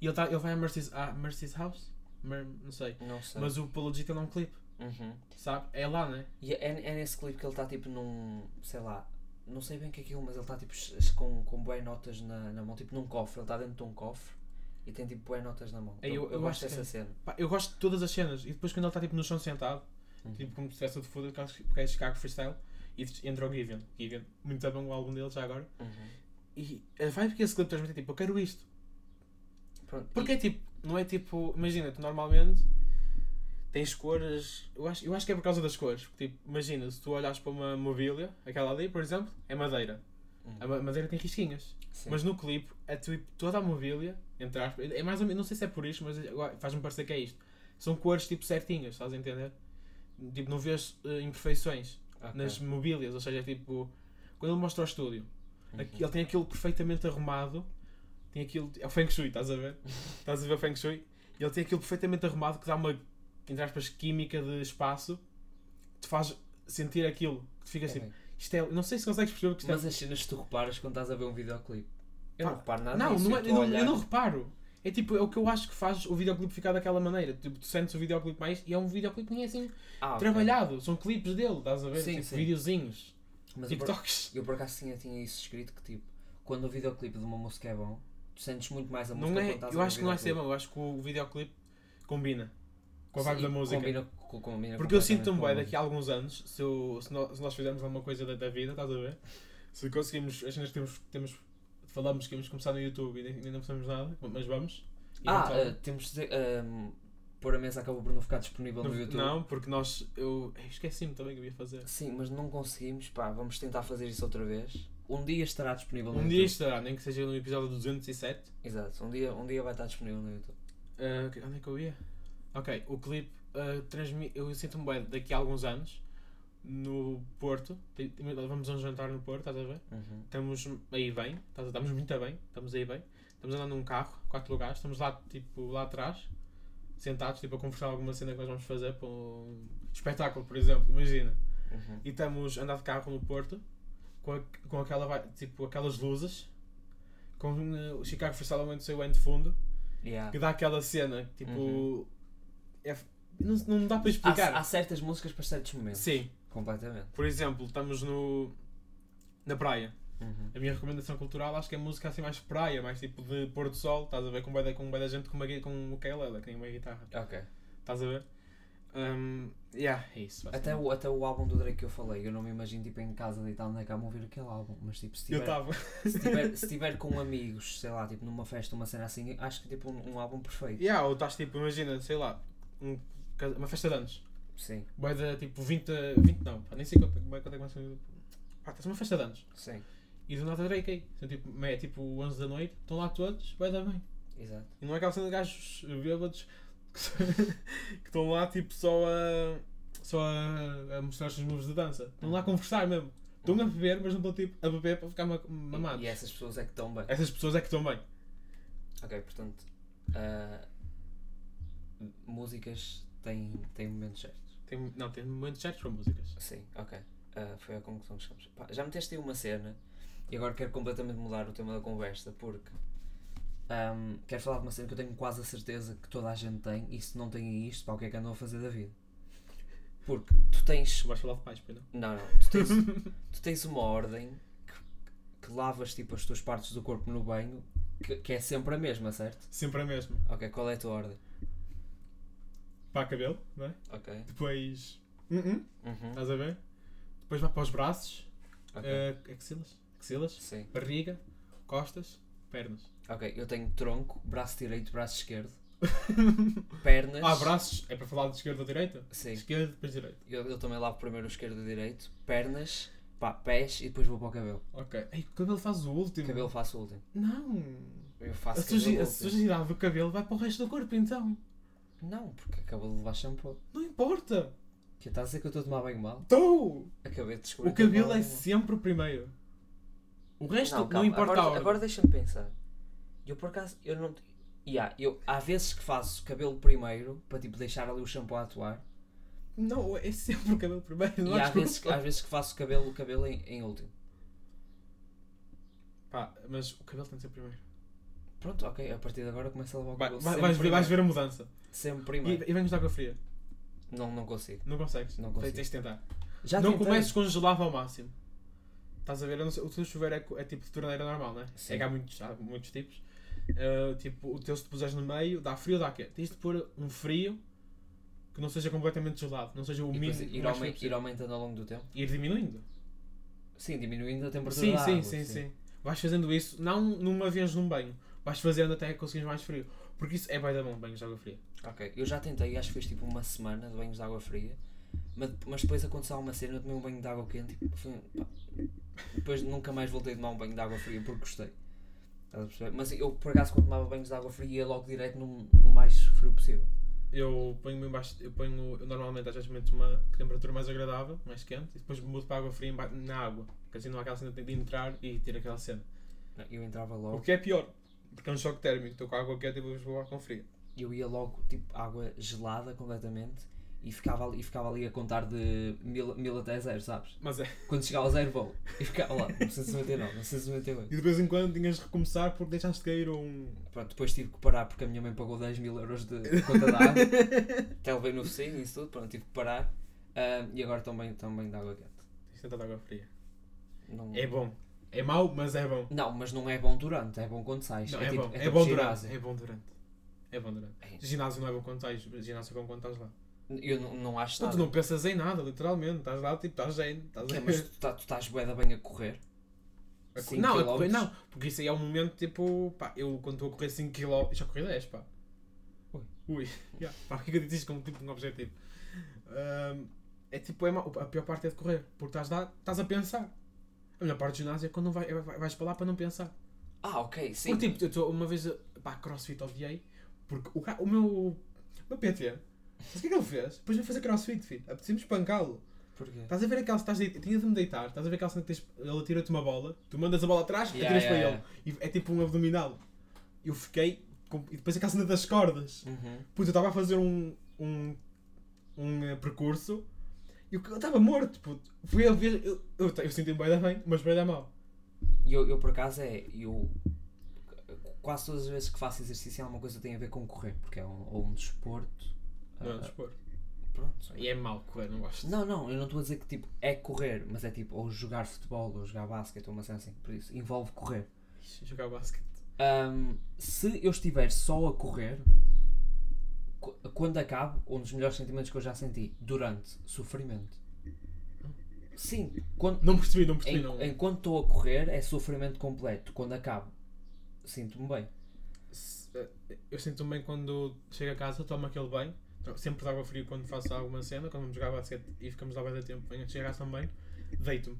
Speaker 2: E ele, tá, ele vai a Mercy's, a Mercy's House? Mer- não sei.
Speaker 1: Não sei.
Speaker 2: Mas o Polo Digital é um clipe,
Speaker 1: Uhum.
Speaker 2: sabe? É lá, né?
Speaker 1: E é, é nesse clipe que ele está tipo num. sei lá. Não sei bem o que é aquilo, mas ele está tipo s- com, com bué notas na, na mão, tipo num cofre. Ele está dentro de um cofre e tem tipo bué notas na mão.
Speaker 2: É, eu-
Speaker 1: eu,
Speaker 2: eu
Speaker 1: gosto
Speaker 2: acho
Speaker 1: dessa
Speaker 2: que é.
Speaker 1: cena.
Speaker 2: Pá, eu gosto de todas as cenas. E depois quando ele está tipo no chão sentado,
Speaker 1: Uhum.
Speaker 2: tipo como se estivesse de foda, porque é Chicago Freestyle, e entra o Given. Given, muito bom o álbum dele já agora.
Speaker 1: Uhum.
Speaker 2: E a vibe que esse clipe transmite é tipo, eu quero isto.
Speaker 1: Pronto.
Speaker 2: Porque é tipo, não é tipo, imagina, tu normalmente tens cores, eu acho, eu acho que é por causa das cores, porque tipo, imagina, se tu olhas para uma mobília, aquela ali, por exemplo, é madeira.
Speaker 1: Hum.
Speaker 2: A ma- madeira tem risquinhas.
Speaker 1: E- sim.
Speaker 2: Mas no clipe, é tipo, toda a mobília, entre aspas, é mais ou menos, não sei se é por isto, mas agora faz-me parecer que é isto. São cores tipo certinhas, estás a entender? Tipo, não vês eh, imperfeições
Speaker 1: Ok.
Speaker 2: nas mobílias, ou seja, é tipo, quando ele mostra o estúdio,
Speaker 1: Uhum.
Speaker 2: Aqui- Ele tem aquilo perfeitamente arrumado. Tem aquilo. É o Feng Shui, estás
Speaker 1: [laughs]
Speaker 2: a ver? estás a ver o Feng Shui? E Ele tem aquilo perfeitamente arrumado que dá uma, entre aspas, química de espaço que te faz sentir aquilo. Que tu ficas
Speaker 1: É
Speaker 2: tipo,
Speaker 1: bem.
Speaker 2: isto é. Não sei se consegues perceber o que isto
Speaker 1: Mas as cenas que tu reparas quando estás a ver um videoclipe. Eu
Speaker 2: Pá,
Speaker 1: não reparo
Speaker 2: é.
Speaker 1: nada
Speaker 2: Não,
Speaker 1: disso,
Speaker 2: não é-
Speaker 1: eu
Speaker 2: eu,
Speaker 1: estou a
Speaker 2: não, eu
Speaker 1: olhar.
Speaker 2: não reparo. É tipo, é o que eu acho que faz o videoclipe ficar daquela maneira. Tipo, tu sentes o videoclipe mais e é um videoclipe que nem é assim
Speaker 1: Ah, ok.
Speaker 2: trabalhado. São clipes dele, estás a ver?
Speaker 1: Sim,
Speaker 2: tipo,
Speaker 1: sim.
Speaker 2: videozinhos,
Speaker 1: Mas eu por-
Speaker 2: TikToks.
Speaker 1: Eu por acaso tinha, tinha isso escrito que tipo, quando o videoclipe de uma música é bom, tu sentes muito mais a música
Speaker 2: Não
Speaker 1: quando
Speaker 2: é,
Speaker 1: estás
Speaker 2: eu
Speaker 1: a ver
Speaker 2: acho
Speaker 1: o
Speaker 2: que não é ser
Speaker 1: videoclipe.
Speaker 2: bom, eu acho que o videoclipe combina com a vibe
Speaker 1: Sim,
Speaker 2: da
Speaker 1: e
Speaker 2: música.
Speaker 1: Combina, co- combina
Speaker 2: Porque eu sinto-me
Speaker 1: completamente
Speaker 2: bem
Speaker 1: com a
Speaker 2: daqui a alguns anos, se, eu- se nó- se nós, fizermos alguma coisa da, da vida, estás a ver? Se conseguimos, as cenas que temos, temos, falamos que íamos começar no YouTube e ainda não fizemos nada, mas vamos. E
Speaker 1: Ah,
Speaker 2: então-
Speaker 1: ah, temos de dizer. ahm, pôr a mesa acabou por não ficar disponível no
Speaker 2: não,
Speaker 1: YouTube.
Speaker 2: não, porque nós, eu eu esqueci-me também que eu ia fazer.
Speaker 1: Sim, mas não conseguimos. Pá, vamos tentar fazer isso outra vez. Um dia estará disponível no
Speaker 2: Um dia
Speaker 1: YouTube.
Speaker 2: estará, nem que seja no episódio 207.
Speaker 1: Exato, um dia, um dia vai estar disponível no YouTube.
Speaker 2: Ah, ok, onde é que eu ia? Ok, o clipe, ah, transmi- eu sinto-me bem daqui a alguns anos, no Porto, Tem- tem- vamos a um jantar no Porto, estás a ver?
Speaker 1: Uhum.
Speaker 2: estamos aí bem, estás- estamos muito bem, estamos aí bem, estamos andando num carro, quatro lugares, estamos lá, tipo, lá atrás, sentados, tipo, a conversar alguma cena que nós vamos fazer para um espetáculo, por exemplo, imagina.
Speaker 1: Uhum.
Speaker 2: E estamos a andar de carro no Porto, com, a- com aquela, vai- tipo, aquelas luzes, com eh, o Chicago Freestyle Aumento Seu de fundo,
Speaker 1: Yeah.
Speaker 2: que dá aquela cena, que, tipo,
Speaker 1: Uhum. Ah,
Speaker 2: é f- não, não dá para explicar.
Speaker 1: Há, há certas músicas para certos momentos.
Speaker 2: Sim,
Speaker 1: Completamente.
Speaker 2: por exemplo, estamos no, na praia,
Speaker 1: Uhum.
Speaker 2: a minha recomendação cultural acho que é música assim mais praia, mais tipo de pôr do sol, estás a ver com um da, com bué da gente com uma, gui- com um ukulele, que nem uma guitarra,
Speaker 1: Ok.
Speaker 2: estás a ver? Um, yeah, é isso.
Speaker 1: Até o, até o álbum do Drake que eu falei, eu não me imagino tipo em casa deitado na cama ouvir aquele álbum. Mas tipo, se
Speaker 2: Eu
Speaker 1: tiver,
Speaker 2: estava.
Speaker 1: se tiver, se tiver com amigos, sei lá, tipo numa festa, uma cena assim, acho que tipo um, um álbum perfeito.
Speaker 2: [laughs] Yeah, ou estás tipo, imagina, sei lá, um cas- uma festa de anos,
Speaker 1: Sim,
Speaker 2: bué da tipo 20, a- 20 não, pá, nem sei quanto, bué quanto é que mais. Pá, estás uma festa de anos
Speaker 1: sim,
Speaker 2: e do nada Drake aí, são tipo, é tipo 11 da noite, estão lá todos, bué da bem.
Speaker 1: exato.
Speaker 2: E não é aquela cena de gajos bêbados [laughs] que estão lá tipo só a. só a, a mostrar os seus moves de dança. Estão lá a conversar mesmo. Estão a beber, mas não estão tipo a beber para ficar ma-
Speaker 1: E-
Speaker 2: mamados.
Speaker 1: E essas pessoas é que estão bem.
Speaker 2: Essas pessoas é que estão bem.
Speaker 1: Ok, portanto, ah, m- músicas têm, têm momentos certos.
Speaker 2: Tem- não, tem momentos certos para músicas.
Speaker 1: Sim, ok. Ah, foi a conclusão que chegamos. Pá, já meteste aí uma cena e agora quero completamente mudar o tema da conversa porque ahm, quero falar de uma cena que eu tenho quase a certeza que toda a gente tem e se não tem isto, pá, o que é que andam a fazer da vida? Porque tu tens
Speaker 2: Tu vais falar de pais, pois não?
Speaker 1: Não, não. Tu tens, tu tens uma ordem que, que lavas tipo as tuas partes do corpo no banho, que, que é sempre a mesma, certo?
Speaker 2: Sempre a mesma.
Speaker 1: Ok, qual é a tua ordem?
Speaker 2: Para o cabelo, não é?
Speaker 1: Ok.
Speaker 2: Depois. Uh -uh,
Speaker 1: Uhum.
Speaker 2: estás a ver? Depois vai para os braços,
Speaker 1: Ok.
Speaker 2: eh, axilas. Axilas,
Speaker 1: Sim.
Speaker 2: barriga, costas, pernas.
Speaker 1: Ok, eu tenho tronco, braço direito, braço
Speaker 2: [laughs]
Speaker 1: esquerdo, pernas.
Speaker 2: Ah, braços, é para falar de esquerda ou direita?
Speaker 1: Sim.
Speaker 2: Esquerda, depois direita.
Speaker 1: Eu, eu também lavo primeiro o esquerdo e o direito, pernas, pá, pés e depois vou para o cabelo.
Speaker 2: Ok. Ei, o cabelo faz o último.
Speaker 1: Cabelo faço o último.
Speaker 2: Não.
Speaker 1: Eu
Speaker 2: A,
Speaker 1: faço
Speaker 2: suji-
Speaker 1: cabelo
Speaker 2: a
Speaker 1: último.
Speaker 2: sujidade do cabelo vai para o resto do corpo, então.
Speaker 1: Não, porque acabo de levar shampoo.
Speaker 2: Não importa.
Speaker 1: Que estás a dizer que eu estou a tomar bem mal?
Speaker 2: Estou!
Speaker 1: Acabei de descobrir.
Speaker 2: O
Speaker 1: que eu
Speaker 2: cabelo
Speaker 1: tomava
Speaker 2: é
Speaker 1: banho mal.
Speaker 2: sempre o primeiro. O resto não,
Speaker 1: calma,
Speaker 2: importa
Speaker 1: agora,
Speaker 2: a hora.
Speaker 1: Agora deixa-me pensar. Eu por acaso, eu não. Ya, eu, há vezes que faço cabelo primeiro para tipo deixar ali o shampoo a atuar.
Speaker 2: Não, é sempre o cabelo primeiro. Não
Speaker 1: e
Speaker 2: há
Speaker 1: há vezes, que-
Speaker 2: desculpa.
Speaker 1: às vezes que faço cabelo, o cabelo em, em último.
Speaker 2: Pá, mas o cabelo tem de ser primeiro.
Speaker 1: Pronto, ok, a partir de agora começa a levar o
Speaker 2: Vai,
Speaker 1: cabelo.
Speaker 2: vai-
Speaker 1: sempre
Speaker 2: vais, ver, vais
Speaker 1: primeiro.
Speaker 2: ver a mudança.
Speaker 1: Sempre
Speaker 2: E,
Speaker 1: primeiro.
Speaker 2: e vamos dar com a fria.
Speaker 1: Não, não consigo.
Speaker 2: Não consegues.
Speaker 1: Não
Speaker 2: Tens-
Speaker 1: consigo.
Speaker 2: Tens de tentar.
Speaker 1: Já
Speaker 2: não
Speaker 1: tentei.
Speaker 2: comeces congelado ao máximo. Estás a ver? Eu não sei- o teu chuveiro é, co- é tipo de torneira normal, né?
Speaker 1: Sim.
Speaker 2: É que há muitos, há muitos tipos. Ah, tipo, o teu se tu puseres no meio, dá frio ou dá quente? Tens de pôr um frio que não seja completamente gelado. Não seja o
Speaker 1: E depois
Speaker 2: mínimo.
Speaker 1: ir, aumen-
Speaker 2: mais frio
Speaker 1: ir
Speaker 2: possível.
Speaker 1: aumentando ao longo do tempo.
Speaker 2: ir diminuindo.
Speaker 1: Sim, diminuindo a temperatura
Speaker 2: Sim,
Speaker 1: da
Speaker 2: sim,
Speaker 1: água,
Speaker 2: sim, sim. Vais fazendo isso, não numa vez num banho. Vais fazendo até conseguires mais frio. Porque isso é bem da mão, banhos de água fria.
Speaker 1: Ok, eu já tentei, acho que fiz tipo uma semana de banhos de água fria, mas, mas depois aconteceu uma cena, eu tomei um banho de água quente e foi, um pá, depois nunca mais voltei a tomar um banho de água fria porque gostei. Estás a perceber? Mas eu por acaso quando tomava banhos de água fria ia logo direto no, no mais frio possível.
Speaker 2: Eu ponho-me embaixo, eu ponho, eu normalmente às vezes meto uma temperatura mais agradável, mais quente, e depois mudo para a água fria emba- na água. Porque assim não há aquela cena de entrar e ter aquela cena.
Speaker 1: Não, Eu entrava
Speaker 2: O
Speaker 1: logo,
Speaker 2: que é pior, porque é um choque térmico. Estou com a água quente e depois vou lá com fria.
Speaker 1: eu ia logo tipo água gelada completamente e ficava ali, e ficava ali a contar de mil, mil até zero, sabes?
Speaker 2: Mas é.
Speaker 1: Quando chegava a zero vou e ficava lá, 999, 998.
Speaker 2: E de vez em quando tinhas de recomeçar porque deixaste cair [laughs] um.
Speaker 1: Pronto, depois tive que parar porque a minha mãe pagou 10 mil euros de de conta de
Speaker 2: [laughs]
Speaker 1: água. Até levei no focinho e isso tudo, pronto, tive que parar. Ah, e agora também, também de água quente.
Speaker 2: Tens de tentar de é água fria.
Speaker 1: Não,
Speaker 2: É bom. É mau, mas é bom.
Speaker 1: não, mas não é bom durante, é bom quando sais.
Speaker 2: Não,
Speaker 1: é,
Speaker 2: é,
Speaker 1: tipo,
Speaker 2: bom. É,
Speaker 1: tipo
Speaker 2: bom
Speaker 1: ginásio.
Speaker 2: durante. É bom durante. É bom durante.
Speaker 1: É.
Speaker 2: Ginásio não é bom quando estás. Ginásio é bom quando estás lá.
Speaker 1: Eu não, não acho
Speaker 2: Não,
Speaker 1: nada.
Speaker 2: tu não pensas em nada, literalmente. Estás lá, tipo, estás zen. Estás
Speaker 1: É,
Speaker 2: a [laughs]
Speaker 1: mas tu, tá- tu estás bué da bem a correr.
Speaker 2: a
Speaker 1: cinco
Speaker 2: cor- não, a correr
Speaker 1: quilómetros.
Speaker 2: não, porque isso aí é um momento tipo, pá, eu quando estou a correr 5km, já corri 10, pá.
Speaker 1: Ui.
Speaker 2: Ui, [laughs] yeah. pá, porque eu disse isto como tipo um objetivo. Ahm, é tipo, é mau. a pior parte é de correr, porque estás lá, estás a pensar. A melhor parte do ginásio é quando não vai, é- vai- vais para lá para não pensar.
Speaker 1: Ah, ok, sim.
Speaker 2: Porque, tipo, eu estou uma vez, pá, crossfit odiei, porque o, ga- o meu, o meu PT, sabes o que é que ele fez? Depois veio fazer crossfit, filho, apetecia-me espancá-lo.
Speaker 1: Porquê?
Speaker 2: Estás a ver aquela estás de, tinha de me deitar, estás a ver aquela cena que tens, ele tira-te uma bola, tu mandas a bola atrás
Speaker 1: Yeah,
Speaker 2: atiras
Speaker 1: yeah,
Speaker 2: para ele. E é tipo um abdominal. Eu fiquei. com- e depois aquela cena das cordas.
Speaker 1: Uhum.
Speaker 2: Puta, eu estava a fazer um. um. um eh, percurso e eu eu estava morto, puto. Fui a ver. Eu, eu, eu senti-me bem da bem, mas bem da mal.
Speaker 1: E Eu, eu por acaso é. Eu quase todas as vezes que faço exercício alguma coisa tem a ver com correr, porque é um, ou um desporto.
Speaker 2: Não é
Speaker 1: ah,
Speaker 2: dispor.
Speaker 1: pronto.
Speaker 2: E é mau correr, não gosto.
Speaker 1: Não, não, eu não estou a dizer que tipo é correr, mas é tipo ou jogar futebol ou jogar basquete ou uma cena assim, por isso envolve correr.
Speaker 2: Ixi, Jogar basquete.
Speaker 1: Ahm, se eu estiver só a correr, qu- quando acabo, um dos melhores sentimentos que eu já senti durante sofrimento. Sim, quando,
Speaker 2: Não percebi, não percebi,
Speaker 1: em-
Speaker 2: não. é.
Speaker 1: enquanto estou a correr é sofrimento completo. Quando acabo, sinto-me bem.
Speaker 2: se- eh, eu sinto-me bem quando chego a casa, tomo aquele banho. Então, Sempre de água fria quando faço alguma cena, quando vamos jogar basquete e ficamos lá bem da tempo, venho a chegar também, deito-me.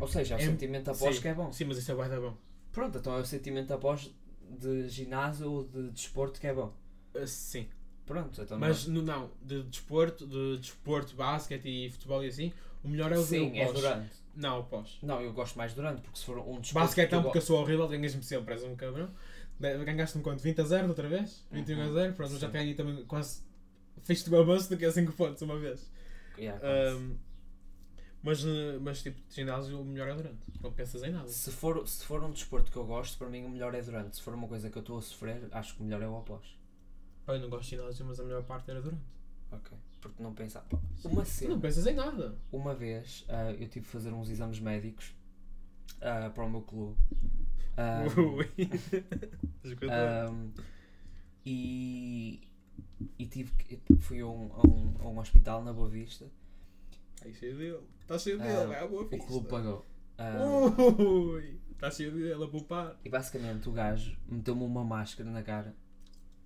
Speaker 1: Ou seja, é o
Speaker 2: É-
Speaker 1: sentimento após
Speaker 2: sim,
Speaker 1: que é bom.
Speaker 2: Sim, mas isso é bué da bom.
Speaker 1: Pronto, então é o sentimento após de ginásio ou de desporto que é bom.
Speaker 2: Eh, sim.
Speaker 1: Pronto, então
Speaker 2: Mas no, não, de desporto, de desporto, basquete e futebol e assim, o melhor é o
Speaker 1: sim,
Speaker 2: o
Speaker 1: é
Speaker 2: pós.
Speaker 1: durante.
Speaker 2: Não, o pós.
Speaker 1: Não, eu gosto mais durante, porque se for um desporto.
Speaker 2: Basquete é
Speaker 1: que eu
Speaker 2: não, porque eu
Speaker 1: go-
Speaker 2: sou horrível, ganhas-me sempre, és um cabrão. De- Ganhaste-me quanto? 20 a 0 outra vez? 21 a 0? Pronto, eu já
Speaker 1: Uhum. Sim.
Speaker 2: te ganhei também quase. Fiz-te uma bolsa do que a 5 pontos uma vez.
Speaker 1: Yeah, acontece.
Speaker 2: Ahm, mas, eh, mas tipo, de ginásio o melhor é durante. Não pensas em nada.
Speaker 1: se, for, se for um desporto que eu gosto, para mim o melhor é durante. Se for uma coisa que eu estou a sofrer, acho que o melhor é o após.
Speaker 2: Pá, Eu não gosto de ginásio, mas a melhor parte era durante.
Speaker 1: Ok. Porque não pensar. Pá, Uma
Speaker 2: Tu não
Speaker 1: cena.
Speaker 2: pensas em nada.
Speaker 1: Uma vez ah, eu tive de fazer uns exames médicos ah, para o meu
Speaker 2: [laughs]
Speaker 1: clube. Ah,
Speaker 2: Ui. Jogador.
Speaker 1: Ahm, e, e tive que. Fui a um, a um, a um hospital na Boa Vista.
Speaker 2: Ai, cheio dele. Está cheio
Speaker 1: ah,
Speaker 2: dele, é a boa
Speaker 1: O
Speaker 2: vista.
Speaker 1: clube pagou. Ah,
Speaker 2: Oh! Ui! Está cheio de ela a poupar.
Speaker 1: E basicamente o gajo meteu-me uma máscara na cara.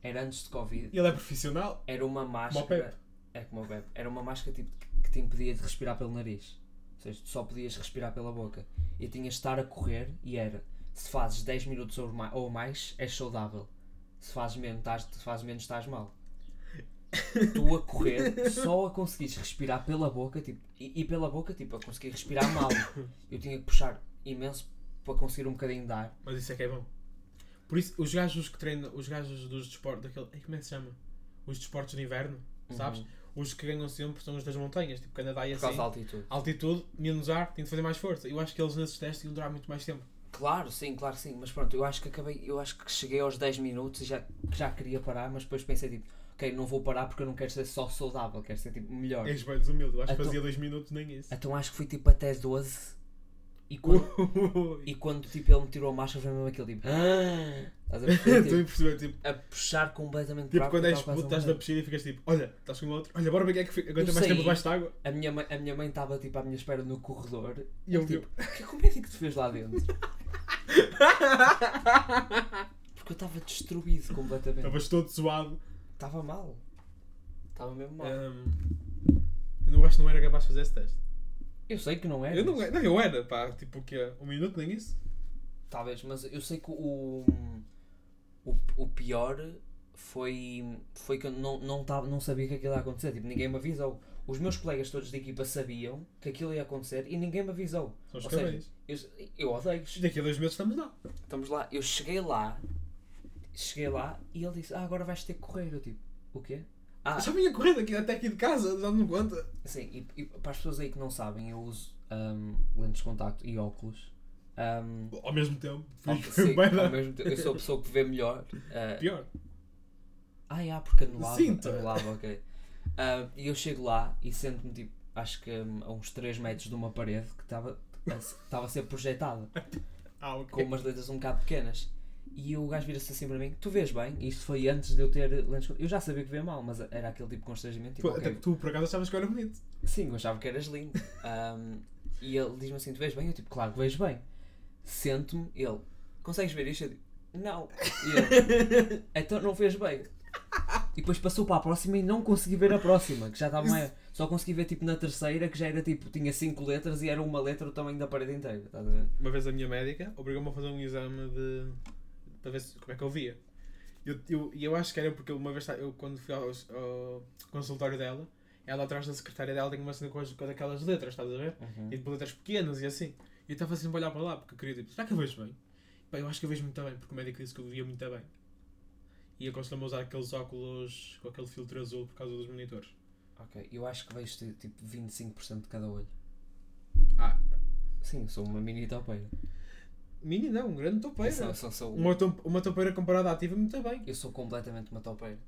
Speaker 1: Era antes de Covid.
Speaker 2: Ele é profissional.
Speaker 1: Era uma
Speaker 2: Como o
Speaker 1: máscara.
Speaker 2: Pepe.
Speaker 1: É como o Pepe. Era uma máscara tipo que- que te impedia de respirar pelo nariz. Ou seja, tu só podias respirar pela boca. E tinhas de estar a correr e era. Se fazes 10 minutos ou ma- ou mais, és saudável. Se fazes menos, estás, se fazes menos, estás mal. Tu a correr, só a conseguires respirar pela boca, tipo, e, e pela boca, tipo, a conseguir respirar mal. Eu tinha que puxar imenso para conseguir um bocadinho de ar.
Speaker 2: Mas isso é que é bom. Por isso, os gajos que treinam, os gajos dos desportos, daquele. Ai, como é que se chama? Os desportos de inverno, sabes? Os que ganham sempre são os das montanhas, tipo Canadá e
Speaker 1: Uhum. Por causa
Speaker 2: assim.
Speaker 1: da altitude.
Speaker 2: Altitude, menos ar, tem de fazer mais força. Eu acho que eles nesses testes iam durar muito mais tempo.
Speaker 1: Claro, sim, claro, sim. Mas pronto, eu acho que acabei, eu acho que cheguei aos 10 minutos e já, já queria parar, mas depois pensei tipo, ok, não vou parar porque eu não quero ser só saudável, quero ser tipo melhor.
Speaker 2: És bem desumilde, eu acho que
Speaker 1: Então-
Speaker 2: fazia dois minutos nem isso.
Speaker 1: Então acho que fui tipo até 12 e quando,
Speaker 2: Ui.
Speaker 1: Então, [laughs]
Speaker 2: [laughs]
Speaker 1: e quando tipo, ele me tirou a máscara foi mesmo aquele tipo. "Ah!" Estás a
Speaker 2: [laughs]
Speaker 1: perceber?
Speaker 2: Estou
Speaker 1: Tipo,
Speaker 2: a perceber, tipo,
Speaker 1: a puxar completamente
Speaker 2: tipo
Speaker 1: para
Speaker 2: quando
Speaker 1: porque
Speaker 2: és
Speaker 1: estava
Speaker 2: puto,
Speaker 1: quase a
Speaker 2: estás na piscina e ficas tipo, olha, estás com o outro, olha, bora ver quem é que fica- aguenta
Speaker 1: Eu
Speaker 2: mais
Speaker 1: saí.
Speaker 2: tempo debaixo de água.
Speaker 1: morrer. a minha mãe A minha mãe estava tipo à minha espera no corredor.
Speaker 2: E ele
Speaker 1: tipo,
Speaker 2: tipo,
Speaker 1: Que comédia que tu fez lá dentro?
Speaker 2: [laughs]
Speaker 1: Porque eu estava destruído completamente.
Speaker 2: estavas todo suado.
Speaker 1: Estava mal. Estava mesmo mal.
Speaker 2: Ahm, eu acho que não era capaz de fazer esse teste.
Speaker 1: Eu sei que não é.
Speaker 2: Eu não, não, eu era, pá, tipo, o quê? Um minuto nem isso?
Speaker 1: Talvez, mas eu sei que o. O, o pior foi. Foi que eu não, não, tava, não sabia que aquilo ia acontecer. Tipo, ninguém me avisou. Os meus colegas todos de equipa sabiam que aquilo ia acontecer e ninguém me avisou.
Speaker 2: São os
Speaker 1: Ou seja,
Speaker 2: cabelos.
Speaker 1: Eu, eu odeio.
Speaker 2: Daqui a dois meses estamos lá.
Speaker 1: Estamos lá. Eu cheguei lá. Cheguei lá e ele disse: Ah, agora vais ter que correr. Eu tipo: O quê? Ah,
Speaker 2: Eu Já vinha correndo aqui, até aqui de casa, já não conta.
Speaker 1: Sim, Assim, e, e para as pessoas aí que não sabem, eu uso ahm, lentes de contacto e óculos. Hum, Ahm,
Speaker 2: Ao mesmo tempo,
Speaker 1: ao-
Speaker 2: fui
Speaker 1: sim,
Speaker 2: bem
Speaker 1: ao
Speaker 2: lá.
Speaker 1: mesmo tempo, eu sou a pessoa que vê melhor. ah,
Speaker 2: Pior.
Speaker 1: ah, yeah, porque anulava.
Speaker 2: Sinto.
Speaker 1: Anulava, ok. Ah, E eu chego lá e sento-me tipo, acho que hum, a uns 3 metros de uma parede que estava a se- estava a ser projetada,
Speaker 2: Ah,
Speaker 1: com
Speaker 2: ok.
Speaker 1: umas letras um bocado pequenas. E o gajo vira-se assim para mim: Tu vês bem? E Isto foi antes de eu ter lentes de contacto. Eu já sabia que vê mal, mas era aquele tipo de constrangimento. Tipo,
Speaker 2: Pô, Até
Speaker 1: ok,
Speaker 2: que tu, por acaso, achavas que eu era um bonito.
Speaker 1: Sim, eu achava que eras lindo.
Speaker 2: [laughs]
Speaker 1: Ahm, e ele diz-me assim: Tu vês bem? Eu tipo, claro que vejo bem. Sento-me, ele, consegues ver isto? Eu digo, não. E ele,
Speaker 2: [laughs]
Speaker 1: então não vês bem. E depois passou para a próxima e não consegui ver a próxima, que já estava maior. Só consegui ver tipo na terceira, que já era tipo, tinha cinco letras e era uma letra do tamanho da parede inteira. Estás a ver?
Speaker 2: Uma vez a minha médica obrigou-me a fazer um exame de. para ver se- como é que eu via. E eu, eu, e eu acho que era porque uma vez, eu quando fui ao, ao consultório dela, ela atrás da secretária dela tem uma cena com, as, com aquelas letras, estás a ver? e de letras pequenas e assim. E eu estava sempre a olhar para lá, porque eu queria tipo, será que eu vejo bem? Pá, eu acho que eu vejo muito bem, porque o médico disse que eu via muito bem. E aconselhou-me a usar aqueles óculos com aquele filtro azul por causa dos monitores.
Speaker 1: Ok, eu acho que vejo tipo 25% de cada olho.
Speaker 2: Ah,
Speaker 1: Sim, sou uma mini topeira.
Speaker 2: mini não, um grande
Speaker 1: Eu
Speaker 2: topeira.
Speaker 1: sou, eu sou- sou-
Speaker 2: Uma, tom- uma topeira comparada à ativa, muito bem.
Speaker 1: Eu sou completamente uma topeira.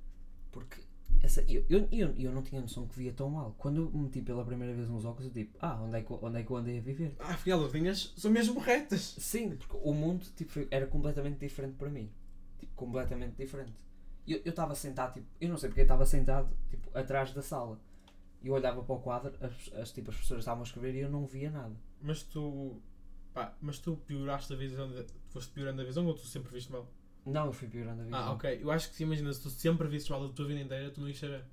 Speaker 1: Porque essa, eu, eu, eu, eu não tinha noção que via tão mal. Quando eu meti pela primeira vez nos óculos, eu tipo, ah, onde é que, eu- onde é que eu andei a viver?
Speaker 2: Ah, afinal, as linhas são mesmo retas.
Speaker 1: Sim, porque o mundo tipo, foi- era completamente diferente para mim. Tipo, completamente diferente. Eu eu estava sentado, tipo, eu não sei porque eu estava sentado tipo, atrás da sala. E eu olhava para o quadro, as, as, tipo, as pessoas estavam a escrever e eu não via nada.
Speaker 2: Mas tu. Pá, mas tu pioraste a visão. De... tu Foste piorando a visão ou tu sempre viste mal?
Speaker 1: Não, eu fui piorando a vida.
Speaker 2: Ah, ok. Eu acho que imagina, se tu sempre viste mal a tua vida inteira, tu não ias saber.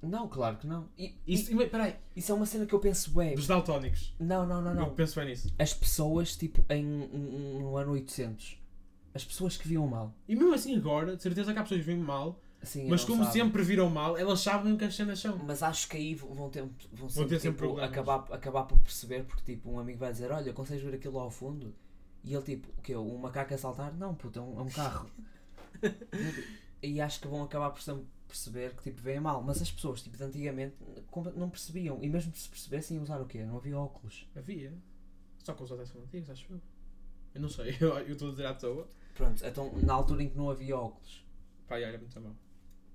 Speaker 1: Não, claro que não. E,
Speaker 2: Isso, ima- peraí,
Speaker 1: e- isso é uma cena que eu penso, ué.
Speaker 2: dos daltónicos.
Speaker 1: Não, não, não, não.
Speaker 2: Eu penso bem nisso.
Speaker 1: as pessoas, tipo, em um- um- no ano 800. As pessoas que viam mal.
Speaker 2: E mesmo assim agora, de certeza que há pessoas que vêm mal,
Speaker 1: Assim,
Speaker 2: mas
Speaker 1: não
Speaker 2: como
Speaker 1: sabem.
Speaker 2: sempre viram mal, elas sabem o que as cenas são.
Speaker 1: Mas acho que aí vão ter, vão sempre,
Speaker 2: ter sempre
Speaker 1: tipo,
Speaker 2: problemas.
Speaker 1: acabar, acabar por perceber, porque tipo, um amigo vai dizer, olha, consegues ver aquilo lá ao fundo? E ele tipo, o quê? Um macaco a saltar? Não, puta, é um, é um carro.
Speaker 2: [laughs]
Speaker 1: e acho que vão acabar por sempre perceber que tipo, veem mal. Mas as pessoas, tipo, de antigamente, compa- não percebiam. E mesmo se percebessem, iam usar o quê? Não havia óculos.
Speaker 2: Havia. Só com os hotéis são antigos, acho eu. Eu não sei, [laughs] eu eu estou a dizer à toa.
Speaker 1: Pronto, então, na altura em que não havia óculos,
Speaker 2: Pá, olha, muito mal.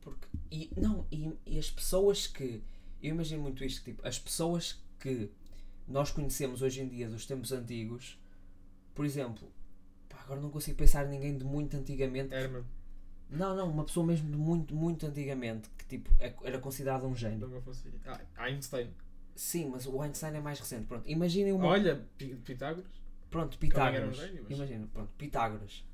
Speaker 1: Porque, e, não, e, e as pessoas que. Eu imagino muito isto, tipo, as pessoas que nós conhecemos hoje em dia dos tempos antigos, por exemplo, pá, agora não consigo pensar em ninguém de muito antigamente.
Speaker 2: Herman,
Speaker 1: Não, não, uma pessoa mesmo de muito, muito antigamente, que tipo, é- era considerada um gênio.
Speaker 2: não me fosse. Ah, Einstein.
Speaker 1: Sim, mas o Einstein é mais recente, pronto. Imaginem uma.
Speaker 2: Olha, Pi- Pitágoras.
Speaker 1: Pronto,
Speaker 2: Também era um
Speaker 1: Pitágoras.
Speaker 2: gênio, mas-
Speaker 1: Imagina, pronto, Pitágoras.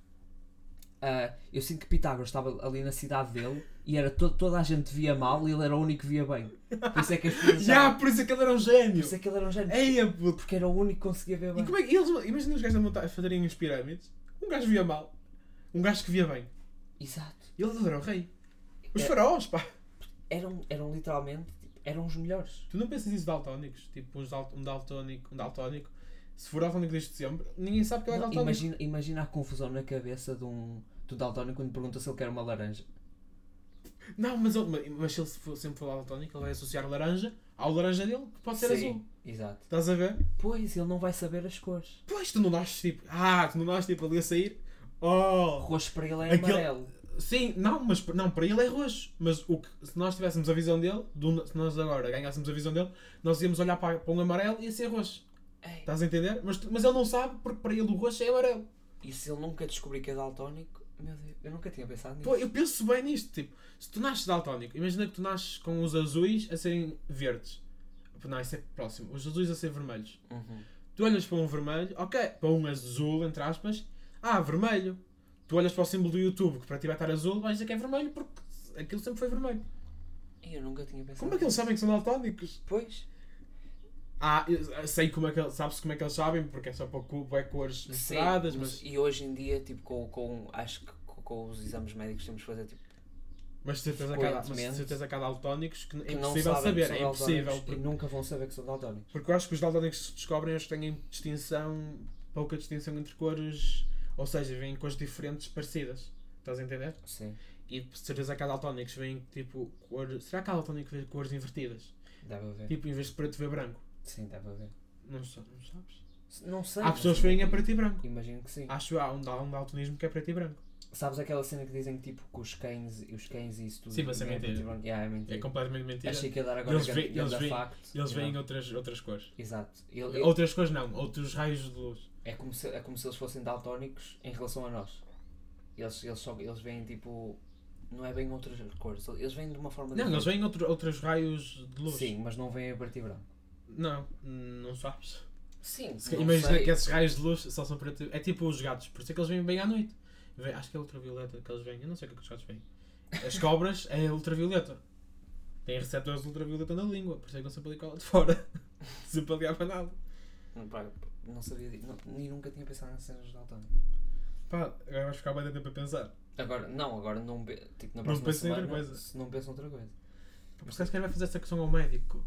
Speaker 1: Ah, eu sinto que Pitágoras estava ali na cidade dele e era to toda a gente via mal e ele era o único que via bem. Por isso é que as pessoas
Speaker 2: [laughs] Já,
Speaker 1: achavam-
Speaker 2: por isso é que ele era um
Speaker 1: por
Speaker 2: gênio!
Speaker 1: isso é que ele era um gênio.
Speaker 2: Eia, puto!
Speaker 1: Porque era o único que conseguia ver bem.
Speaker 2: E como é que eles. Imagina os gajos a montar, a fazerem as pirâmides. Um gajo via mal. Um gajo que via bem.
Speaker 1: Exato.
Speaker 2: E eles adoram o rei. Os
Speaker 1: É.
Speaker 2: faraós, pá!
Speaker 1: Eram, eram literalmente, tipo, eram os melhores.
Speaker 2: Tu não pensas nisso de daltónicos? Tipo, uns dal- um daltónico, um daltónico. Se for daltónico desde sempre, ninguém sabe que ele é
Speaker 1: Não,
Speaker 2: daltónico.
Speaker 1: imagina, imagina a confusão na cabeça de um do Daltónico quando pergunta se ele quer uma laranja.
Speaker 2: Não, mas, ele- mas- mas se ele for- sempre for daltónico, ele vai associar laranja ao laranja dele, que pode ser
Speaker 1: Sim,
Speaker 2: azul.
Speaker 1: Exato.
Speaker 2: Estás a ver?
Speaker 1: Pois, ele não vai saber as cores.
Speaker 2: Pois, tu não nasces tipo. Ah, tu não nasces tipo ali a sair. Oh!
Speaker 1: Roxo para ele é
Speaker 2: Aquele-
Speaker 1: amarelo.
Speaker 2: Sim, não, mas p- não, para ele é roxo. Mas o que, se nós tivéssemos a visão dele, do- se nós agora ganhássemos a visão dele, nós íamos olhar para, para um amarelo e ia ser roxo.
Speaker 1: Ei,
Speaker 2: Estás a entender? Mas, tu- mas ele não sabe porque para ele o roxo é amarelo.
Speaker 1: e se ele nunca descobrir que é daltónico? Meu Deus, eu nunca tinha pensado nisso.
Speaker 2: Pô, eu penso bem nisto, tipo, se tu nasces daltónico, imagina que tu nasces com os azuis a serem verdes. Não, isso é próximo. Os azuis a ser vermelhos.
Speaker 1: Uhum.
Speaker 2: Tu olhas para um vermelho, ok, para um azul, entre aspas, ah, vermelho. Tu olhas para o símbolo do YouTube, que para ti vai estar azul, vais dizer que é vermelho, porque aquilo sempre foi vermelho.
Speaker 1: Ei, Eu nunca tinha pensado
Speaker 2: Como é que eles sabem que são daltónicos?
Speaker 1: Pois,
Speaker 2: Ah, eu sei como é que eles, sabes como é que eles sabem, porque é só para cu- bué cores
Speaker 1: sim,
Speaker 2: misturadas,
Speaker 1: mas-
Speaker 2: mas,
Speaker 1: E hoje em dia, tipo, com, com acho que com, com os exames médicos temos que fazer, tipo,
Speaker 2: É mas de certeza que há- mas de
Speaker 1: frequentemente,
Speaker 2: certeza que há daltónicos que, é
Speaker 1: que não
Speaker 2: impossível
Speaker 1: sabem que
Speaker 2: saber,
Speaker 1: são
Speaker 2: é
Speaker 1: daltónicos
Speaker 2: impossível.
Speaker 1: E
Speaker 2: Porque,
Speaker 1: nunca vão saber que são daltónicos.
Speaker 2: porque eu acho que os daltónicos que se descobrem eles têm distinção, pouca distinção entre cores, ou seja, vêm cores diferentes parecidas. Estás a entender?
Speaker 1: Sim,
Speaker 2: E de certeza que há daltónicos que veem tipo cor. Será que há daltónicos que veem cores invertidas?
Speaker 1: deve haver.
Speaker 2: Tipo, em vez de preto vê branco.
Speaker 1: Sim, deve haver.
Speaker 2: Não, sa- não sabes?
Speaker 1: Se- Não sei.
Speaker 2: há
Speaker 1: mas
Speaker 2: pessoas que veem a preto e branco.
Speaker 1: Imagino que sim.
Speaker 2: Acho que há um, dal- um daltonismo que é preto e branco.
Speaker 1: Sabes aquela cena que dizem que tipo que os cães e os cães e isso tudo.
Speaker 2: Sim, mas é
Speaker 1: também
Speaker 2: mentira.
Speaker 1: preto e branco? Yeah, é mentira.
Speaker 2: É completamente mentira.
Speaker 1: Achei que ia dar agora
Speaker 2: Eles
Speaker 1: grande-
Speaker 2: veem-
Speaker 1: grande
Speaker 2: eles veem-
Speaker 1: facto.
Speaker 2: Eles veem
Speaker 1: Yeah.
Speaker 2: outras, outras cores.
Speaker 1: Exato. Ele- ele-
Speaker 2: Outras cores não, outros raios de luz.
Speaker 1: é, como se, é como se eles fossem daltónicos em relação a nós. Eles, eles, só, eles veem tipo. Não é bem outras cores. Eles veem de uma forma
Speaker 2: Não, eles
Speaker 1: diferente.
Speaker 2: veem outro, outros raios de luz.
Speaker 1: Sim, mas não veem a preto e branco.
Speaker 2: Não, não sabes.
Speaker 1: Sim,
Speaker 2: Se-
Speaker 1: não
Speaker 2: Imagina
Speaker 1: sei.
Speaker 2: que é- esses raios de luz só são preto. É tipo os gatos, por isso é que eles vêm bem à noite. Vê- Acho que é ultravioleta que eles vêm. Eu não sei o que é que os gatos vêm. As cobras é ultravioleta. Têm receptores de ultravioleta na língua, por isso é que não sempre ali cola de fora. [laughs] sempre ali à banada.
Speaker 1: Não, pá, não sabia disso. Não- Nem nunca tinha pensado nas cenas dos daltónicos.
Speaker 2: Pá, agora vais ficar bem tempo a pensar.
Speaker 1: Agora, não, agora não. pe- Tipo, na
Speaker 2: Não
Speaker 1: próxima
Speaker 2: penso em outra
Speaker 1: semana.
Speaker 2: coisa.
Speaker 1: se Não penso outra coisa.
Speaker 2: Por é acaso quem vai fazer essa questão ao médico?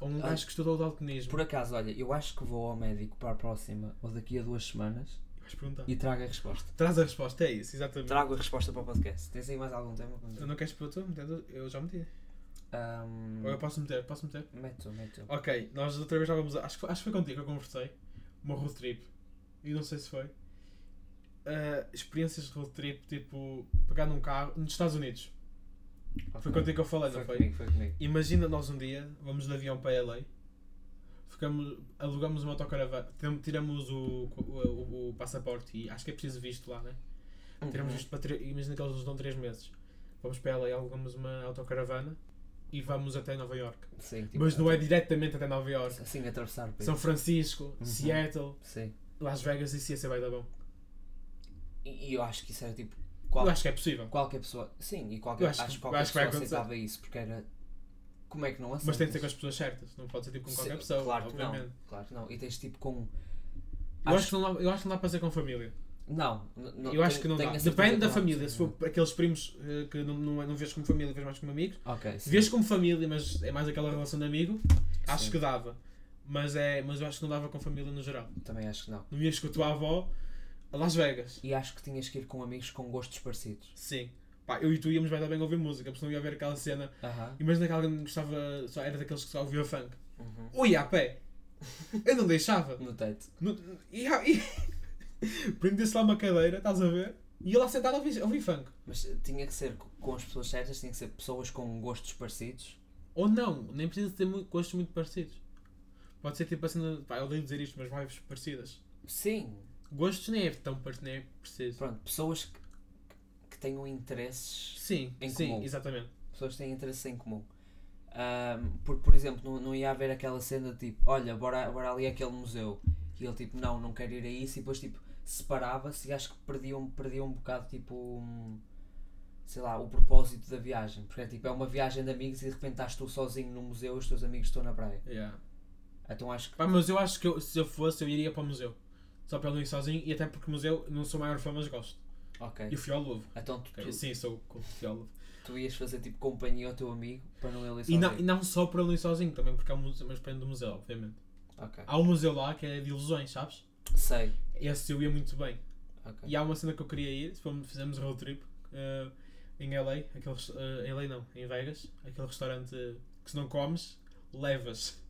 Speaker 2: Ou um
Speaker 1: Ah.
Speaker 2: gajo que estudou o daltonismo?
Speaker 1: Por acaso, olha, eu acho que vou ao médico para a próxima ou daqui a duas semanas
Speaker 2: Vais perguntar.
Speaker 1: e trago a resposta.
Speaker 2: Traz a resposta, é isso, exatamente.
Speaker 1: Trago a resposta para o podcast. Tens aí mais algum tema?
Speaker 2: Eu não queres pôr tu? Meter- Eu já meti.
Speaker 1: Um,
Speaker 2: Ou eu posso meter, posso meter.
Speaker 1: Meto, meto.
Speaker 2: Ok, nós outra vez estávamos. a- Acho que, foi- acho que foi contigo que eu conversei. Uma road trip. E não sei se foi. Ah, experiências de road trip, tipo, pegar num carro nos Estados Unidos. Foi contigo que eu falei, não
Speaker 1: Hum. Foi
Speaker 2: foi?
Speaker 1: comigo, foi comigo.
Speaker 2: Imagina nós um dia, vamos de avião para LA, ficamos, alugamos uma autocaravana, tiram- tiramos o, o, o passaporte e acho que é preciso visto lá, né? Tiramos visto para. tre- Imagina que eles nos dão 3 meses. Vamos para LA, alugamos uma autocaravana e vamos até Nova York.
Speaker 1: Sim, tipo,
Speaker 2: Mas não é diretamente até Nova York.
Speaker 1: Assim, atravessar o país.
Speaker 2: São Francisco,
Speaker 1: Uhum.
Speaker 2: Seattle,
Speaker 1: Sim.
Speaker 2: Las Vegas, isso ia ser bem da bom.
Speaker 1: E, e eu acho que isso era tipo.
Speaker 2: Eu
Speaker 1: qual-
Speaker 2: acho que é possível.
Speaker 1: Qualquer pessoa. Sim, e qualquer,
Speaker 2: Eu
Speaker 1: acho,
Speaker 2: acho
Speaker 1: que
Speaker 2: que-
Speaker 1: qualquer
Speaker 2: acho que vai
Speaker 1: pessoa
Speaker 2: acontecer.
Speaker 1: aceitava isso porque era. Como é que não aceitas?
Speaker 2: Mas tem de ser com as pessoas certas, não pode ser tipo com qualquer
Speaker 1: Sim,
Speaker 2: pessoa,
Speaker 1: Claro que
Speaker 2: obviamente.
Speaker 1: não. Claro que não. E tens tipo com.
Speaker 2: Eu, acho... que não dá, eu acho que não dá para ser com família.
Speaker 1: Não, n-
Speaker 2: eu
Speaker 1: não
Speaker 2: acho
Speaker 1: tenho-
Speaker 2: que não
Speaker 1: tenho
Speaker 2: dá.
Speaker 1: a certeza
Speaker 2: Depende
Speaker 1: que
Speaker 2: da
Speaker 1: não.
Speaker 2: família. Se
Speaker 1: é.
Speaker 2: for aqueles primos eh, que não, não, não vês como família, vês mais como amigos.
Speaker 1: Ok, sim.
Speaker 2: Vês como família, mas é mais aquela relação de amigo, acho
Speaker 1: Sim.
Speaker 2: que dava. Mas, é, mas eu acho que não dava com família no geral.
Speaker 1: Também acho que não.
Speaker 2: Não ias com a tua avó a Las Vegas.
Speaker 1: E acho que tinhas que ir com amigos com gostos parecidos.
Speaker 2: Sim. Pá, eu e tu íamos bem bem ouvir música, porque não ia ver aquela cena.
Speaker 1: Aham.
Speaker 2: Imagina que alguém gostava, só era daqueles que só ouvia funk.
Speaker 1: Uhum.
Speaker 2: Ui, a pé! Eu não deixava.
Speaker 1: No teto.
Speaker 2: No- e, [laughs] e... Prendesse lá uma cadeira, estás a ver? E ele lá sentado a ouvir, a ouvir funk.
Speaker 1: Mas eh, tinha que ser co- com as pessoas certas, tinha que ser pessoas com gostos parecidos.
Speaker 2: Ou não, nem precisa ter mu- gostos muito parecidos. Pode ser tipo assim, pá, eu odeio dizer isto, mas vibes parecidas.
Speaker 1: Sim.
Speaker 2: Gostos nem é tão par- nem é preciso.
Speaker 1: Pronto, pessoas que, que tenham interesses.
Speaker 2: Sim,
Speaker 1: Em
Speaker 2: sim,
Speaker 1: comum.
Speaker 2: exatamente.
Speaker 1: Pessoas que têm interesses em comum. Ahm, porque, por exemplo, não, não ia haver aquela cena de tipo, olha, bora, bora ali àquele museu. E ele tipo, não, não quero ir a isso. E depois tipo, separava-se e acho que perdia um, perdia um bocado tipo. um, sei lá, o propósito da viagem. Porque é tipo, é uma viagem de amigos e de repente estás tu sozinho no museu e os teus amigos estão na praia.
Speaker 2: Yeah.
Speaker 1: Então acho que.
Speaker 2: Pá, mas eu acho que eu- se eu fosse, eu iria para o museu. Só para eu não ir sozinho e até porque o museu não sou maior fã, mas gosto.
Speaker 1: Ok.
Speaker 2: E fui ao Louvre.
Speaker 1: Então tu, tu,
Speaker 2: Sim, sou co- fui ao Louvre.
Speaker 1: tu ias fazer tipo companhia ao teu amigo para não ele ir
Speaker 2: E não, e
Speaker 1: sozinho.
Speaker 2: não só para eu não ir sozinho também, porque é um museu, mas prende do museu, obviamente.
Speaker 1: Ok.
Speaker 2: Há um museu lá que é de ilusões, sabes?
Speaker 1: Sei.
Speaker 2: Esse eu ia muito bem.
Speaker 1: Ok.
Speaker 2: E há uma cena que eu queria ir, se fomos- fizemos road trip eh, em LA, aquele, res- eh, em LA não, em Vegas, aquele restaurante eh, que se não comes, levas,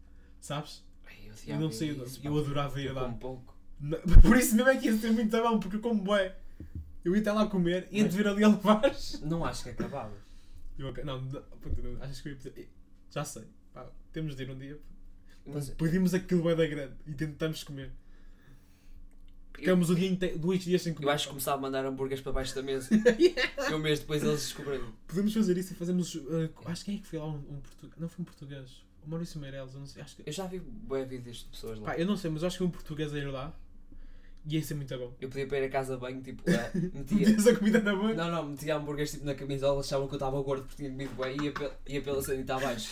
Speaker 2: sabes?
Speaker 1: Ai, eu
Speaker 2: eu não sei, eu- eu adorava ir
Speaker 1: eu como
Speaker 2: lá.
Speaker 1: pouco.
Speaker 2: Na- [laughs] Por isso mesmo é que ia ser muito bom, porque eu como bué. Eu ia até lá comer, ia te
Speaker 1: Mas-
Speaker 2: vir ali a levar. [laughs]
Speaker 1: Não acho que acabavas.
Speaker 2: Eu, ok, não, não, puta, não, achas que eu ia pedir? Já sei, pá, temos de ir um dia.
Speaker 1: Mas
Speaker 2: Pedimos aquilo bué da grande e tentamos comer. Ficamos o dia inteiro, dois dias sem comer.
Speaker 1: eu acho que começava a mandar hambúrgueres para baixo da mesa. e um mês depois eles descobriram.
Speaker 2: Podemos fazer isso e fazemos. uh, co- acho que quem é que foi lá um, português. Não foi um português. O Maurício Meirelles, eu não sei. Acho que.
Speaker 1: Eu já vi bué vídeos de pessoas lá.
Speaker 2: Pá, eu não sei, mas eu acho que foi um português a ir lá. E ia ser muito bom.
Speaker 1: Eu podia para ir a casa de banho, tipo, lá, metia.
Speaker 2: Metias a comida na boca.
Speaker 1: Não, não, metia hambúrgueres tipo, na camisola, achavam que eu estava gordo porque tinha comido bem e ia, pe- ia pela sanita abaixo.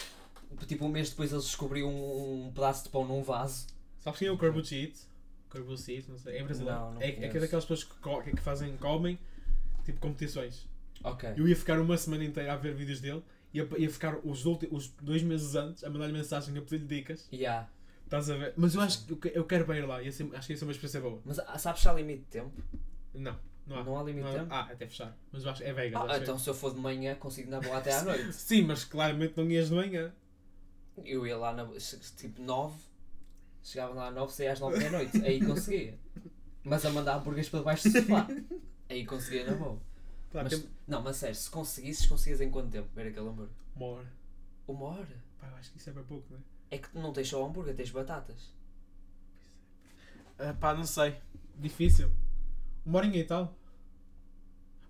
Speaker 1: Tipo, um mês depois eles descobriam um, um pedaço de pão num vaso.
Speaker 2: Sabes quem é o Corbucci Eat? Corbucci Eat, não sei. É brasileiro.
Speaker 1: Não, não
Speaker 2: é, é que é
Speaker 1: conheço.
Speaker 2: daquelas pessoas que, co- que fazem, comem, tipo competições.
Speaker 1: Ok.
Speaker 2: Eu ia ficar uma semana inteira a ver vídeos dele. Ia, ia ficar os, ulti- os dois meses antes a mandar-lhe mensagem a pedir-lhe dicas.
Speaker 1: Yeah.
Speaker 2: Estás a ver? Mas eu acho que eu, que- eu quero para ir lá. Ia ser- acho que ia ser uma experiência boa.
Speaker 1: Mas há- sabes se há limite de tempo?
Speaker 2: Não, não há.
Speaker 1: Não há limite de tempo?
Speaker 2: Ah, até fechar. Mas eu acho que é Vegas.
Speaker 1: Então? Ah,
Speaker 2: acho eu.
Speaker 1: então se eu for de manhã consigo dar boa até [laughs] à noite.
Speaker 2: Sim, mas claramente não ias de
Speaker 1: [laughs]
Speaker 2: manhã.
Speaker 1: Eu ia lá na, che- tipo 9, chegava lá às 9, saía às 9 da noite, aí conseguia. Mas a mandar hambúrgueres para baixo do sofá, aí conseguia na boa.
Speaker 2: Pá,
Speaker 1: Mas-
Speaker 2: tem
Speaker 1: Não, mas sério, se conseguisses, conseguias em quanto tempo ver aquele hambúrguer?
Speaker 2: uma hora.
Speaker 1: Uma hora?
Speaker 2: Pá, eu acho que isso é bem pouco, não é?
Speaker 1: É que tu não tens só hambúrguer, tens batatas.
Speaker 2: Ah, pá, não sei. Difícil. Uma horinha e tal.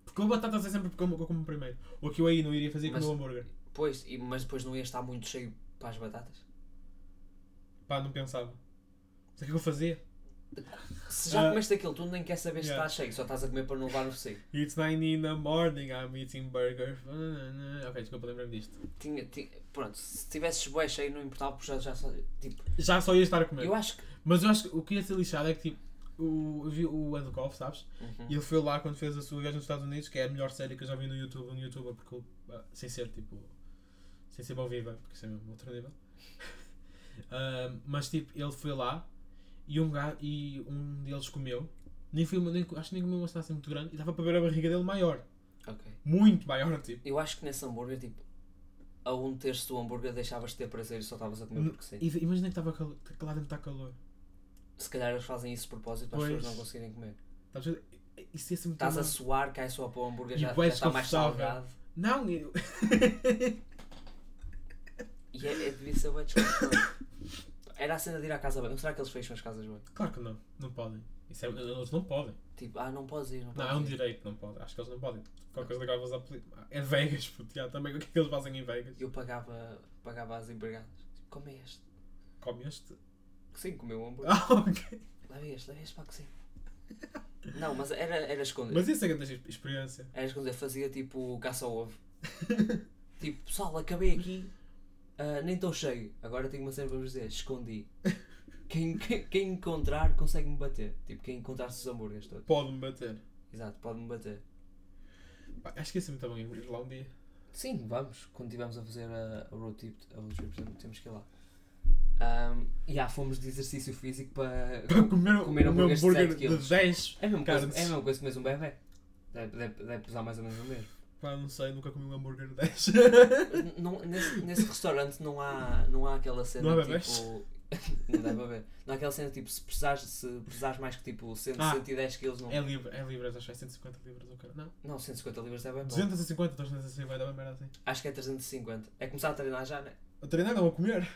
Speaker 2: Porque eu batatas é sempre porque eu, que eu como primeiro. O que eu aí não iria fazer com o
Speaker 1: Mas-
Speaker 2: meu hambúrguer.
Speaker 1: Pois, e, mas depois não ia estar muito cheio para as batatas.
Speaker 2: Pá, não pensava. Mas o que é que eu fazia?
Speaker 1: Se já
Speaker 2: Ah.
Speaker 1: comeste aquilo, tu nem quer saber se
Speaker 2: Yeah.
Speaker 1: está cheio, só estás a comer para não levar no seio.
Speaker 2: It's 9 in the morning, I'm eating burger. Ok, desculpa, lembrei-me disto.
Speaker 1: Tinha, tinha- pronto, se tivesses bué cheio não importava, porque já, já só- tipo,
Speaker 2: Já só ia estar a comer.
Speaker 1: eu acho que...
Speaker 2: Mas eu acho que o que ia ser lixado é que tipo. O, eu vi o Andrew Koff, sabes?
Speaker 1: Uhum.
Speaker 2: E ele foi lá quando fez a sua viagem nos Estados Unidos, que é a melhor série que eu já vi no YouTube, um youtuber, porque eu- ah, sem ser tipo. sem ser bom viva, porque isso é mesmo outro nível. [laughs] Ah, mas tipo, ele foi lá e um, ga- e um deles comeu, nem foi, uma- nem, acho que nem comeu uma cidade muito grande, e dava para ver a barriga dele maior,
Speaker 1: Ok.
Speaker 2: muito maior, tipo.
Speaker 1: Eu acho que nesse hambúrguer, tipo, a um terço do hambúrguer deixavas de ter prazer e só estavas a comer
Speaker 2: Hum,
Speaker 1: porque sim.
Speaker 2: E imagina que estava calor, que lá dentro está calor.
Speaker 1: Se calhar eles fazem isso de propósito para as
Speaker 2: Pois.
Speaker 1: pessoas não conseguirem comer.
Speaker 2: Estás Tá a ver? Isso ia ser muito
Speaker 1: Estás a
Speaker 2: mal.
Speaker 1: suar, cai só para o hambúrguer,
Speaker 2: E
Speaker 1: já, já
Speaker 2: bué
Speaker 1: está mais
Speaker 2: desconfortável.
Speaker 1: salgado.
Speaker 2: Não, eu... [laughs]
Speaker 1: E é, é devia ser bem desconfortável. Era a cena de ir à casa bem. Será que eles fecham as casas bem?
Speaker 2: claro que não, não podem. Isso é- eles não podem.
Speaker 1: Tipo, ah, não podes ir, não
Speaker 2: Não,
Speaker 1: podes
Speaker 2: é um
Speaker 1: ir.
Speaker 2: direito, não pode. Acho que eles não podem. Qualquer coisa agora vão usar poli- Ah, É Vegas, puto, já, também. O que é que eles fazem em Vegas?
Speaker 1: Eu pagava, pagava às empregadas. Tipo, come este.
Speaker 2: Come este.
Speaker 1: Que sim, comeu um hambúrguer.
Speaker 2: Ah, ok.
Speaker 1: Leva este, leva este para que sim. Não, mas era, era esconder.
Speaker 2: Mas isso é grande ex- experiência.
Speaker 1: Era esconder, fazia tipo caça ao ovo. tipo, pessoal, acabei [laughs] aqui, ah, nem estou cheio. Agora tenho uma cena para vos dizer, escondi. [laughs] Quem, quem, quem encontrar consegue-me bater. Tipo, quem encontrar-se os hambúrgueres todos.
Speaker 2: Pode-me bater.
Speaker 1: Exato, pode-me bater.
Speaker 2: Pá, Acho que isso é muito bom ir lá um dia.
Speaker 1: Sim, vamos. Quando estivermos a fazer a, a road trip, a road trip tem- temos que ir lá. Ahm, e já fomos de exercício físico [laughs] para. [coughs]
Speaker 2: Para comer,
Speaker 1: comer
Speaker 2: o meu
Speaker 1: hambúrgueres de
Speaker 2: hambúrguer
Speaker 1: sete
Speaker 2: de,
Speaker 1: quilos.
Speaker 2: 10.
Speaker 1: É a mesma
Speaker 2: Cara,
Speaker 1: coisa, é a mesma coisa que comes um bebê. Deve, deve- deve pesar mais ou menos o mesmo.
Speaker 2: Pá, não sei, nunca comi um hambúrguer
Speaker 1: [laughs]
Speaker 2: de 10.
Speaker 1: N- não- nesse, nesse restaurante não há, não há aquela cena
Speaker 2: Não há bebés?
Speaker 1: tipo. [laughs] não dá para ver. Não há aquela cena tipo se pesares, se pesares mais que tipo 100,
Speaker 2: Ah.
Speaker 1: 110 kg não.
Speaker 2: é libras, é libras, acho que é 150 libras ou cara. Não,
Speaker 1: Não, 150 libras é bem bom.
Speaker 2: 250, 250, é uma merda assim.
Speaker 1: Acho que é 350. É começar a treinar já, né?
Speaker 2: A treinar não, a comer.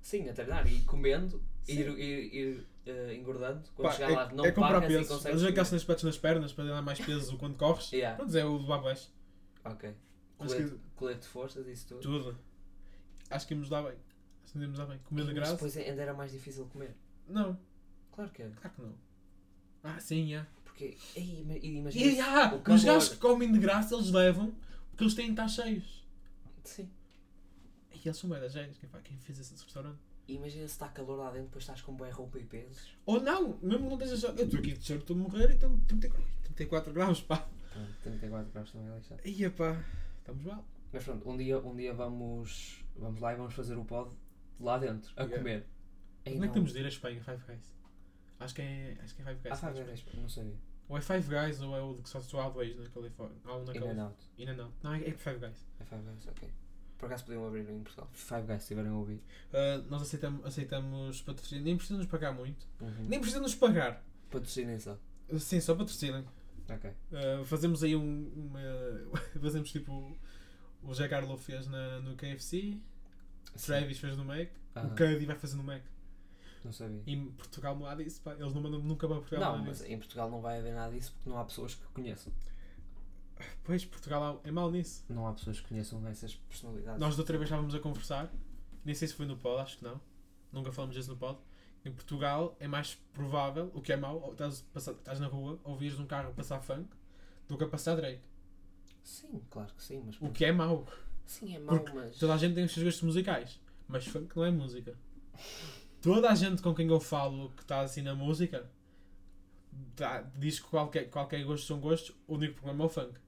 Speaker 1: Sim, a treinar e comendo,
Speaker 2: Sim.
Speaker 1: ir, ir, ir eh, engordando. Quando
Speaker 2: Pá,
Speaker 1: chegar
Speaker 2: é,
Speaker 1: lá, não
Speaker 2: é comprar
Speaker 1: pagas e
Speaker 2: peso.
Speaker 1: consegues.
Speaker 2: Mas é aquelas
Speaker 1: comer.
Speaker 2: cenas que bates nas pernas para dar mais peso quando
Speaker 1: [laughs]
Speaker 2: corres.
Speaker 1: Yeah,
Speaker 2: Pronto, é o do abaixo.
Speaker 1: ok.
Speaker 2: Acho que-
Speaker 1: Colete, colete de forças, isso tudo.
Speaker 2: Tudo. Acho que íamos dar bem. Acho que íamos dar bem. Comida
Speaker 1: Mas
Speaker 2: de graça?
Speaker 1: depois ainda era mais difícil comer.
Speaker 2: Não.
Speaker 1: Claro que é.
Speaker 2: Claro que não. Ah, sim, é.
Speaker 1: Porque. Ei, ima- e imagina.
Speaker 2: E ah,
Speaker 1: o
Speaker 2: os
Speaker 1: calor.
Speaker 2: gajos que comem de graça, eles levam porque eles têm de estar cheios.
Speaker 1: Sim.
Speaker 2: E eles são merda gênios. Quem, pá, quem fez esse restaurante?
Speaker 1: E imagina se está calor lá dentro, depois estás com boa roupa e pesos.
Speaker 2: Ou não, mesmo que não esteja só. Eu estou aqui de cheiro, estou a morrer então e estou 34 graus, pá.
Speaker 1: Pronto, 34 graus também é lixado.
Speaker 2: Ia pá, estamos mal.
Speaker 1: Mas pronto, um dia, um dia vamos, vamos lá e vamos fazer o pod lá dentro, a
Speaker 2: Yeah.
Speaker 1: comer. Ei,
Speaker 2: Como é que
Speaker 1: não.
Speaker 2: temos de ir a Espanha? Five Guys. Acho que é, acho que é Five Guys.
Speaker 1: Ah, sabe, não sabia.
Speaker 2: Ou é Five Guys ou é o de que só tu há dois na Califórnia. Há
Speaker 1: In
Speaker 2: um na
Speaker 1: and
Speaker 2: Califórnia.
Speaker 1: out.
Speaker 2: Ainda não. Não, é é Five Guys.
Speaker 1: É Five Guys, ok. Por acaso podiam abrir em Portugal. Five Guys, se tiverem a ouvir.
Speaker 2: Ah, nós aceitamos, aceitamos patrocínio. Nem precisam nos pagar muito.
Speaker 1: Uhum.
Speaker 2: Nem precisam nos pagar.
Speaker 1: Patrocinem só.
Speaker 2: Sim, só patrocinem.
Speaker 1: Ok.
Speaker 2: Uh, fazemos aí um, uma. [laughs] fazemos tipo. O Jack Arlow fez na, no KFC, o Travis fez no Mac,
Speaker 1: Ah,
Speaker 2: o Cuddy vai fazer no Mac.
Speaker 1: não sabia.
Speaker 2: E Portugal não há disso, pá. Eles não mandam nunca para Portugal.
Speaker 1: Não,
Speaker 2: nada
Speaker 1: mas
Speaker 2: disso.
Speaker 1: em Portugal não vai haver nada disso porque não há pessoas que conheçam.
Speaker 2: Pois, Portugal é mal nisso.
Speaker 1: Não há pessoas que conheçam essas personalidades.
Speaker 2: Nós da outra vez estávamos a conversar, nem sei se foi no pod, acho que não. Nunca falamos disso no pod. Em Portugal é mais provável, o que é mau, ou estás, passa- estás na rua, ouvires um carro passar funk, do que a passar Drake.
Speaker 1: Sim, claro que sim, mas.
Speaker 2: O que é mau.
Speaker 1: Sim, é mau,
Speaker 2: Porque
Speaker 1: mas.
Speaker 2: Toda a gente tem os seus gostos musicais, mas funk não é música. Toda a gente com quem eu falo que está assim na música tá- diz que qualquer, qualquer gosto são gostos, o único problema é o funk.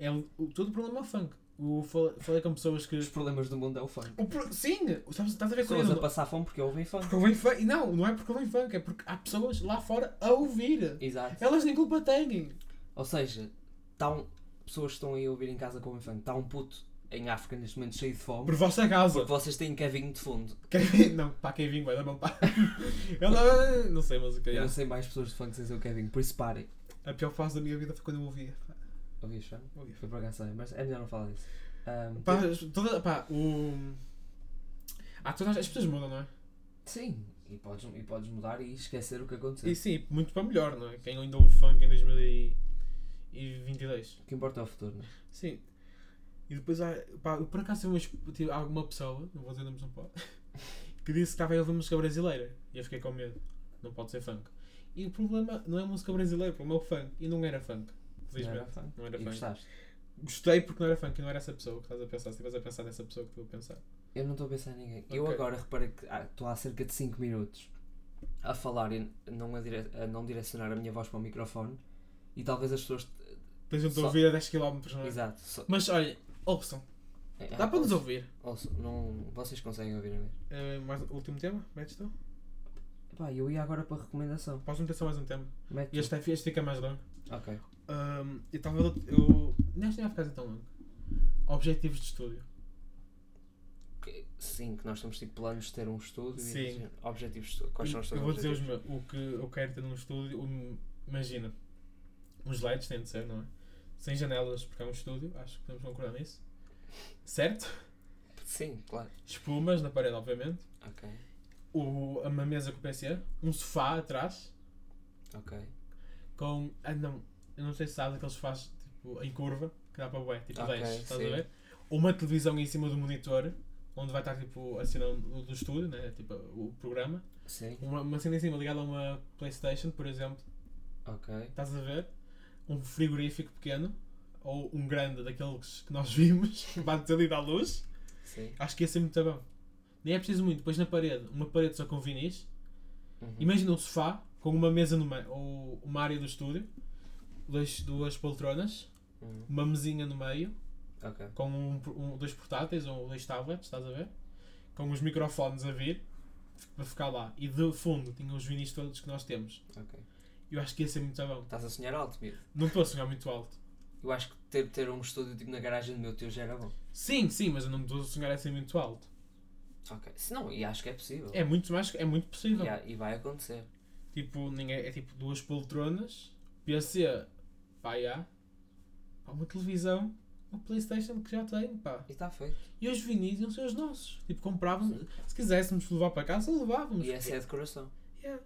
Speaker 2: É, o, o- todo o problema é o funk. O, falei, falei com pessoas que.
Speaker 1: Os problemas do mundo é o funk.
Speaker 2: O pro- sim! Sabes, estás a ver com
Speaker 1: Pessoas
Speaker 2: isso?
Speaker 1: a passar fome porque ouvem funk.
Speaker 2: Porque ouvem funk. Não, não é porque ouvem funk, é porque há pessoas lá fora a ouvir.
Speaker 1: Exato.
Speaker 2: Elas nem culpa têm.
Speaker 1: Ou seja, tá um- pessoas que estão aí a ouvir em casa com o infante, está um puto em África neste momento cheio de fome.
Speaker 2: Por vossa causa.
Speaker 1: Porque vocês têm Kevin de fundo.
Speaker 2: Kevin, não, pá, Kevin, vai dar mão, pá. [laughs] Ela, não sei, música.
Speaker 1: Eu
Speaker 2: yeah.
Speaker 1: não sei mais pessoas de funk sem ser o Kevin, por isso parem.
Speaker 2: é. A pior fase da minha vida foi quando eu ouvia. pá.
Speaker 1: Ouvi o chão?
Speaker 2: Ouvia.
Speaker 1: Foi para acaso, mas é melhor não falar disso. Ahm,
Speaker 2: Pá, toda, pá, o. Ah, todas as pessoas mudam, não é?
Speaker 1: Sim, e podes, e podes mudar e esquecer o que aconteceu.
Speaker 2: E sim, muito para melhor, não é? Quem ainda ouve funk em 2022.
Speaker 1: O que importa é o futuro, não é?
Speaker 2: Sim. E depois há. Pá, eu por acaso tive, uma- tive alguma pessoa, não vou dizer nomes, não pode, [laughs] que disse que estava a ouvir música brasileira. E eu fiquei com medo. Não pode ser funk. E o problema não é a música brasileira, o problema é o funk. E não era funk.
Speaker 1: Não
Speaker 2: Felizmente.
Speaker 1: era funk.
Speaker 2: Não era
Speaker 1: E
Speaker 2: funk.
Speaker 1: gostaste?
Speaker 2: Gostei porque não era funk, e não era essa pessoa que estás a pensar. Se estivesse a pensar nessa pessoa que estou a pensar.
Speaker 1: Eu não estou a pensar em ninguém. Eu
Speaker 2: Ok.
Speaker 1: agora reparei que ah, estou há cerca de 5 minutos a falar e não a, dire- a não direcionar a minha voz para o microfone e talvez as pessoas.
Speaker 2: Tens de
Speaker 1: Só-
Speaker 2: ouvir a 10km, não é?
Speaker 1: Exato. só-
Speaker 2: Mas olha, ouçam,
Speaker 1: é,
Speaker 2: dá
Speaker 1: ah,
Speaker 2: para nos
Speaker 1: ouço-
Speaker 2: ouvir.
Speaker 1: ouço, não, vocês conseguem ouvir a mim?
Speaker 2: Eh, mais o último tema? Metes tu?
Speaker 1: Pá, eu ia agora para a recomendação.
Speaker 2: Posso meter só mais um tema?
Speaker 1: Mete.
Speaker 2: Este, é, este fica mais longo.
Speaker 1: Ok.
Speaker 2: Ahm, eu estava. Eu. Não acho que não ia ficar assim tão longo. Objetivos de estúdio.
Speaker 1: Que- Sim, que nós temos tipo planos de ter um estudo
Speaker 2: Sim.
Speaker 1: e objetivos de estudo. Quais são os
Speaker 2: eu
Speaker 1: teus
Speaker 2: vou dizer
Speaker 1: objetivos?
Speaker 2: os meus, o que eu quero ter num estúdio. um- imagina, uns LEDs têm de ser, não é? Sem janelas, porque é um estúdio, acho que podemos concordar nisso. Certo?
Speaker 1: Sim, claro.
Speaker 2: Espumas na parede, obviamente.
Speaker 1: Ok.
Speaker 2: O, uma mesa com o PC. Um sofá atrás.
Speaker 1: Ok.
Speaker 2: com. Ah, não, eu não sei se sabes aqueles faz tipo, em curva, que dá para bué, tipo
Speaker 1: Ok,
Speaker 2: 10, estás a
Speaker 1: sim.
Speaker 2: ver? Uma televisão em cima do monitor, onde vai estar tipo a cena do do estúdio, né? tipo o programa.
Speaker 1: Sim.
Speaker 2: Uma, uma cena em cima ligada a uma Playstation, por exemplo,
Speaker 1: Ok.
Speaker 2: estás a ver? Um frigorífico pequeno, ou um grande daqueles que nós [laughs] vimos, que bate ali e dá luz.
Speaker 1: Sim.
Speaker 2: Acho que ia ser muito bom. Nem é preciso muito, depois na parede, uma parede só com vinis,
Speaker 1: Uhum.
Speaker 2: Imagina um sofá com uma mesa no meio, ou uma área do estúdio, dois, duas poltronas,
Speaker 1: Uhum.
Speaker 2: uma mesinha no meio,
Speaker 1: Ok.
Speaker 2: com um, um- dois portáteis ou dois tablets, estás a ver? Com os microfones a vir, f- para ficar lá. E de fundo tinha os vinis todos que nós temos.
Speaker 1: Ok.
Speaker 2: Eu acho que ia ser muito bom.
Speaker 1: Estás a sonhar alto, miúdo.
Speaker 2: Não estou a sonhar muito alto.
Speaker 1: Eu acho que ter, ter um estúdio tipo na garagem do meu tio já era bom.
Speaker 2: Sim, sim, mas eu não estou a sonhar assim muito alto.
Speaker 1: Ok. Se não, e acho que é possível.
Speaker 2: É muito mais, é muito possível.
Speaker 1: E, há- e vai acontecer.
Speaker 2: Tipo, ninguém, é tipo duas poltronas, PC, pá, já. Há uma televisão, uma Playstation que já tem, pá.
Speaker 1: E está feito.
Speaker 2: E os vinis iam ser os nossos. Tipo, comprávamos.
Speaker 1: Sim.
Speaker 2: Se quiséssemos levar para casa, levávamos.
Speaker 1: E essa é a decoração.
Speaker 2: Yeah.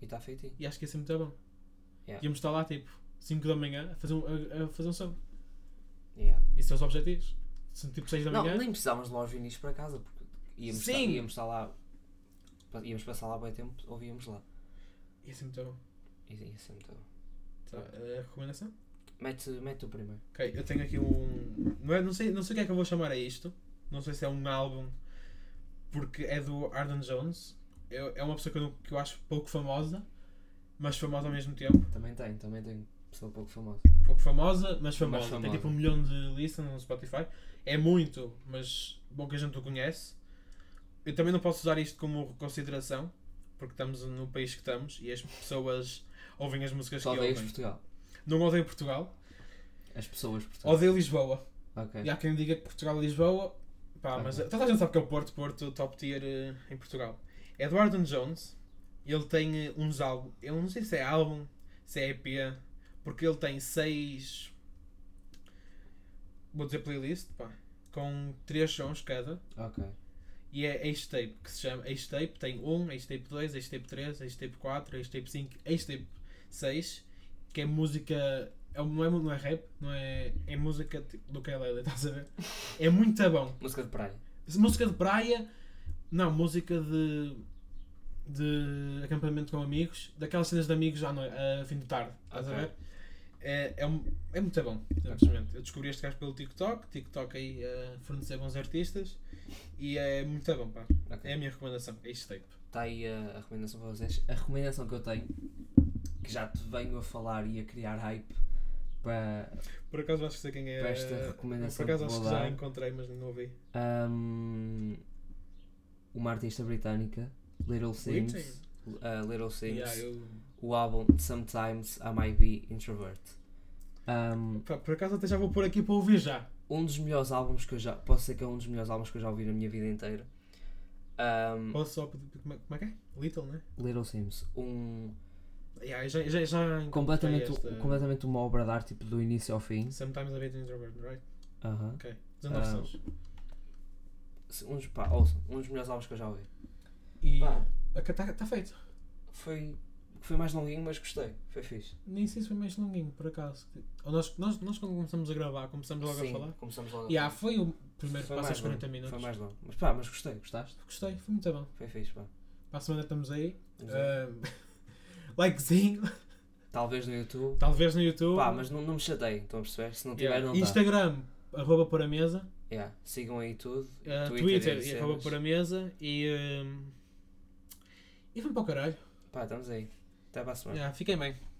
Speaker 1: E está feitinho.
Speaker 2: E acho que ia ser muito bom.
Speaker 1: Yeah.
Speaker 2: Íamos estar lá, tipo, 5 da manhã a fazer um, a, a fazer um som.
Speaker 1: Yeah.
Speaker 2: Esses são os objetivos. São tipo 6 da
Speaker 1: Não,
Speaker 2: manhã.
Speaker 1: nem precisávamos de levar os vinis para casa, porque íamos,
Speaker 2: Sim.
Speaker 1: Estar, íamos estar lá pa- íamos passar lá bem tempo, ouvíamos lá.
Speaker 2: E assim muito bom.
Speaker 1: E ia ser muito bom.
Speaker 2: Tá, eh, recomendação?
Speaker 1: Mete, mete o primeiro.
Speaker 2: Ok, eu tenho aqui um. Não, é, não, sei, não sei o que é que eu vou chamar a isto. Não sei se é um álbum. Porque é do Arden Jones. Eu- é uma pessoa que eu, não- que eu acho pouco famosa, mas famosa ao mesmo tempo.
Speaker 1: Também tem, também tem pessoa pouco famosa.
Speaker 2: Pouco famosa, mas famosa. Tem
Speaker 1: famosa.
Speaker 2: tipo um milhão de listens no Spotify. É muito, mas bom que a gente o conhece. Eu também não posso usar isto como consideração, porque estamos no país que estamos e as pessoas ouvem as músicas
Speaker 1: Só
Speaker 2: que
Speaker 1: odeias
Speaker 2: ouvem.
Speaker 1: Portugal.
Speaker 2: Não odeio Portugal,
Speaker 1: As pessoas, portanto.
Speaker 2: odeio Lisboa.
Speaker 1: Ok.
Speaker 2: E há quem diga que Portugal e Lisboa. Pá,
Speaker 1: Ah,
Speaker 2: mas
Speaker 1: tá.
Speaker 2: toda a gente sabe que é o Porto, Porto, top tier eh, em Portugal. Eduardo Jones, ele tem eh, uns álbuns, eu não sei se é álbum, se é EP, porque ele tem seis. Vou dizer playlist, pá, com três sons cada.
Speaker 1: Ok.
Speaker 2: E é H-Tape, que se chama H-Tape, tem 1, H-Tape 2, H-Tape 3, H-Tape 4, H-Tape 5, H-Tape 6, que é música, é, não, é, não é rap, não é, é música ti- do que ela [laughs] estás a ver? É muito bom.
Speaker 1: Música de praia.
Speaker 2: Música de praia, não, música de, de acampamento com amigos, daquelas cenas de amigos à noite, a fim de tarde, estás a
Speaker 1: Ok.
Speaker 2: ver? É, é, um- é muito bom, simplesmente. Eu descobri este gajo pelo TikTok, TikTok aí a fornecer bons artistas e é muito bom, pá. É a
Speaker 1: Ok.
Speaker 2: minha recomendação, é este tape.
Speaker 1: Está aí a, a recomendação para vocês. A recomendação que eu tenho, que já te venho a falar e a criar hype para
Speaker 2: Por acaso acho que sei quem é.
Speaker 1: Para esta recomendação
Speaker 2: Por acaso
Speaker 1: que
Speaker 2: acho
Speaker 1: vou
Speaker 2: que já
Speaker 1: dar.
Speaker 2: encontrei, mas não ouvi.
Speaker 1: hum, uma artista britânica, Little Sims. uh, Little Sims.
Speaker 2: Yeah, eu...
Speaker 1: o álbum Sometimes I Might Be Introvert. Um,
Speaker 2: Pá, por acaso até já vou pôr aqui para ouvir já.
Speaker 1: um dos melhores álbuns que eu já. Posso dizer que é um dos melhores álbuns que eu já ouvi na minha vida inteira. Um,
Speaker 2: Posso só pedir. Como é, como é que é? Little, né?
Speaker 1: Little Sims. Um,
Speaker 2: Yeah, eu já, já, já encontrei
Speaker 1: completamente,
Speaker 2: esta-
Speaker 1: completamente uma obra de arte, tipo do início ao fim.
Speaker 2: Sometimes I bit introvert, right?
Speaker 1: Aham.
Speaker 2: Ok. 19
Speaker 1: Ah.
Speaker 2: sons.
Speaker 1: Se- Um, dos- pá, ouçam, um dos melhores álbuns que eu já ouvi.
Speaker 2: E.
Speaker 1: Pá.
Speaker 2: Está tá feito.
Speaker 1: Foi, foi mais longuinho, mas gostei. Foi fixe.
Speaker 2: Nem sei se foi mais longuinho, por acaso. Ou nós, nós, nós quando começamos a gravar, começamos logo
Speaker 1: Sim,
Speaker 2: a falar.
Speaker 1: começamos logo a
Speaker 2: Yeah,
Speaker 1: falar.
Speaker 2: foi o primeiro que
Speaker 1: Foi
Speaker 2: passa
Speaker 1: mais
Speaker 2: os 40
Speaker 1: longo,
Speaker 2: minutos.
Speaker 1: Foi mais longo. Mas pá, mas gostei, gostaste?
Speaker 2: Gostei, foi muito bom.
Speaker 1: Foi fixe, pá.
Speaker 2: Para a semana estamos aí.
Speaker 1: Vamos ver.
Speaker 2: Ah, [laughs] likezinho.
Speaker 1: Talvez no YouTube.
Speaker 2: Talvez no YouTube.
Speaker 1: Pá, mas não, não me chateiem, estão a perceber? Se não tiver,
Speaker 2: Yeah. é-
Speaker 1: não tá. dá.
Speaker 2: Instagram, arroba por a mesa.
Speaker 1: Yeah, Sigam aí tudo. Twitter
Speaker 2: Ah, Twitter,
Speaker 1: e
Speaker 2: e arroba
Speaker 1: cenas.
Speaker 2: por a mesa. E. ah, e vamos para o caralho.
Speaker 1: Pá, estamos aí. Até para a semana.
Speaker 2: Yeah, fiquem bem.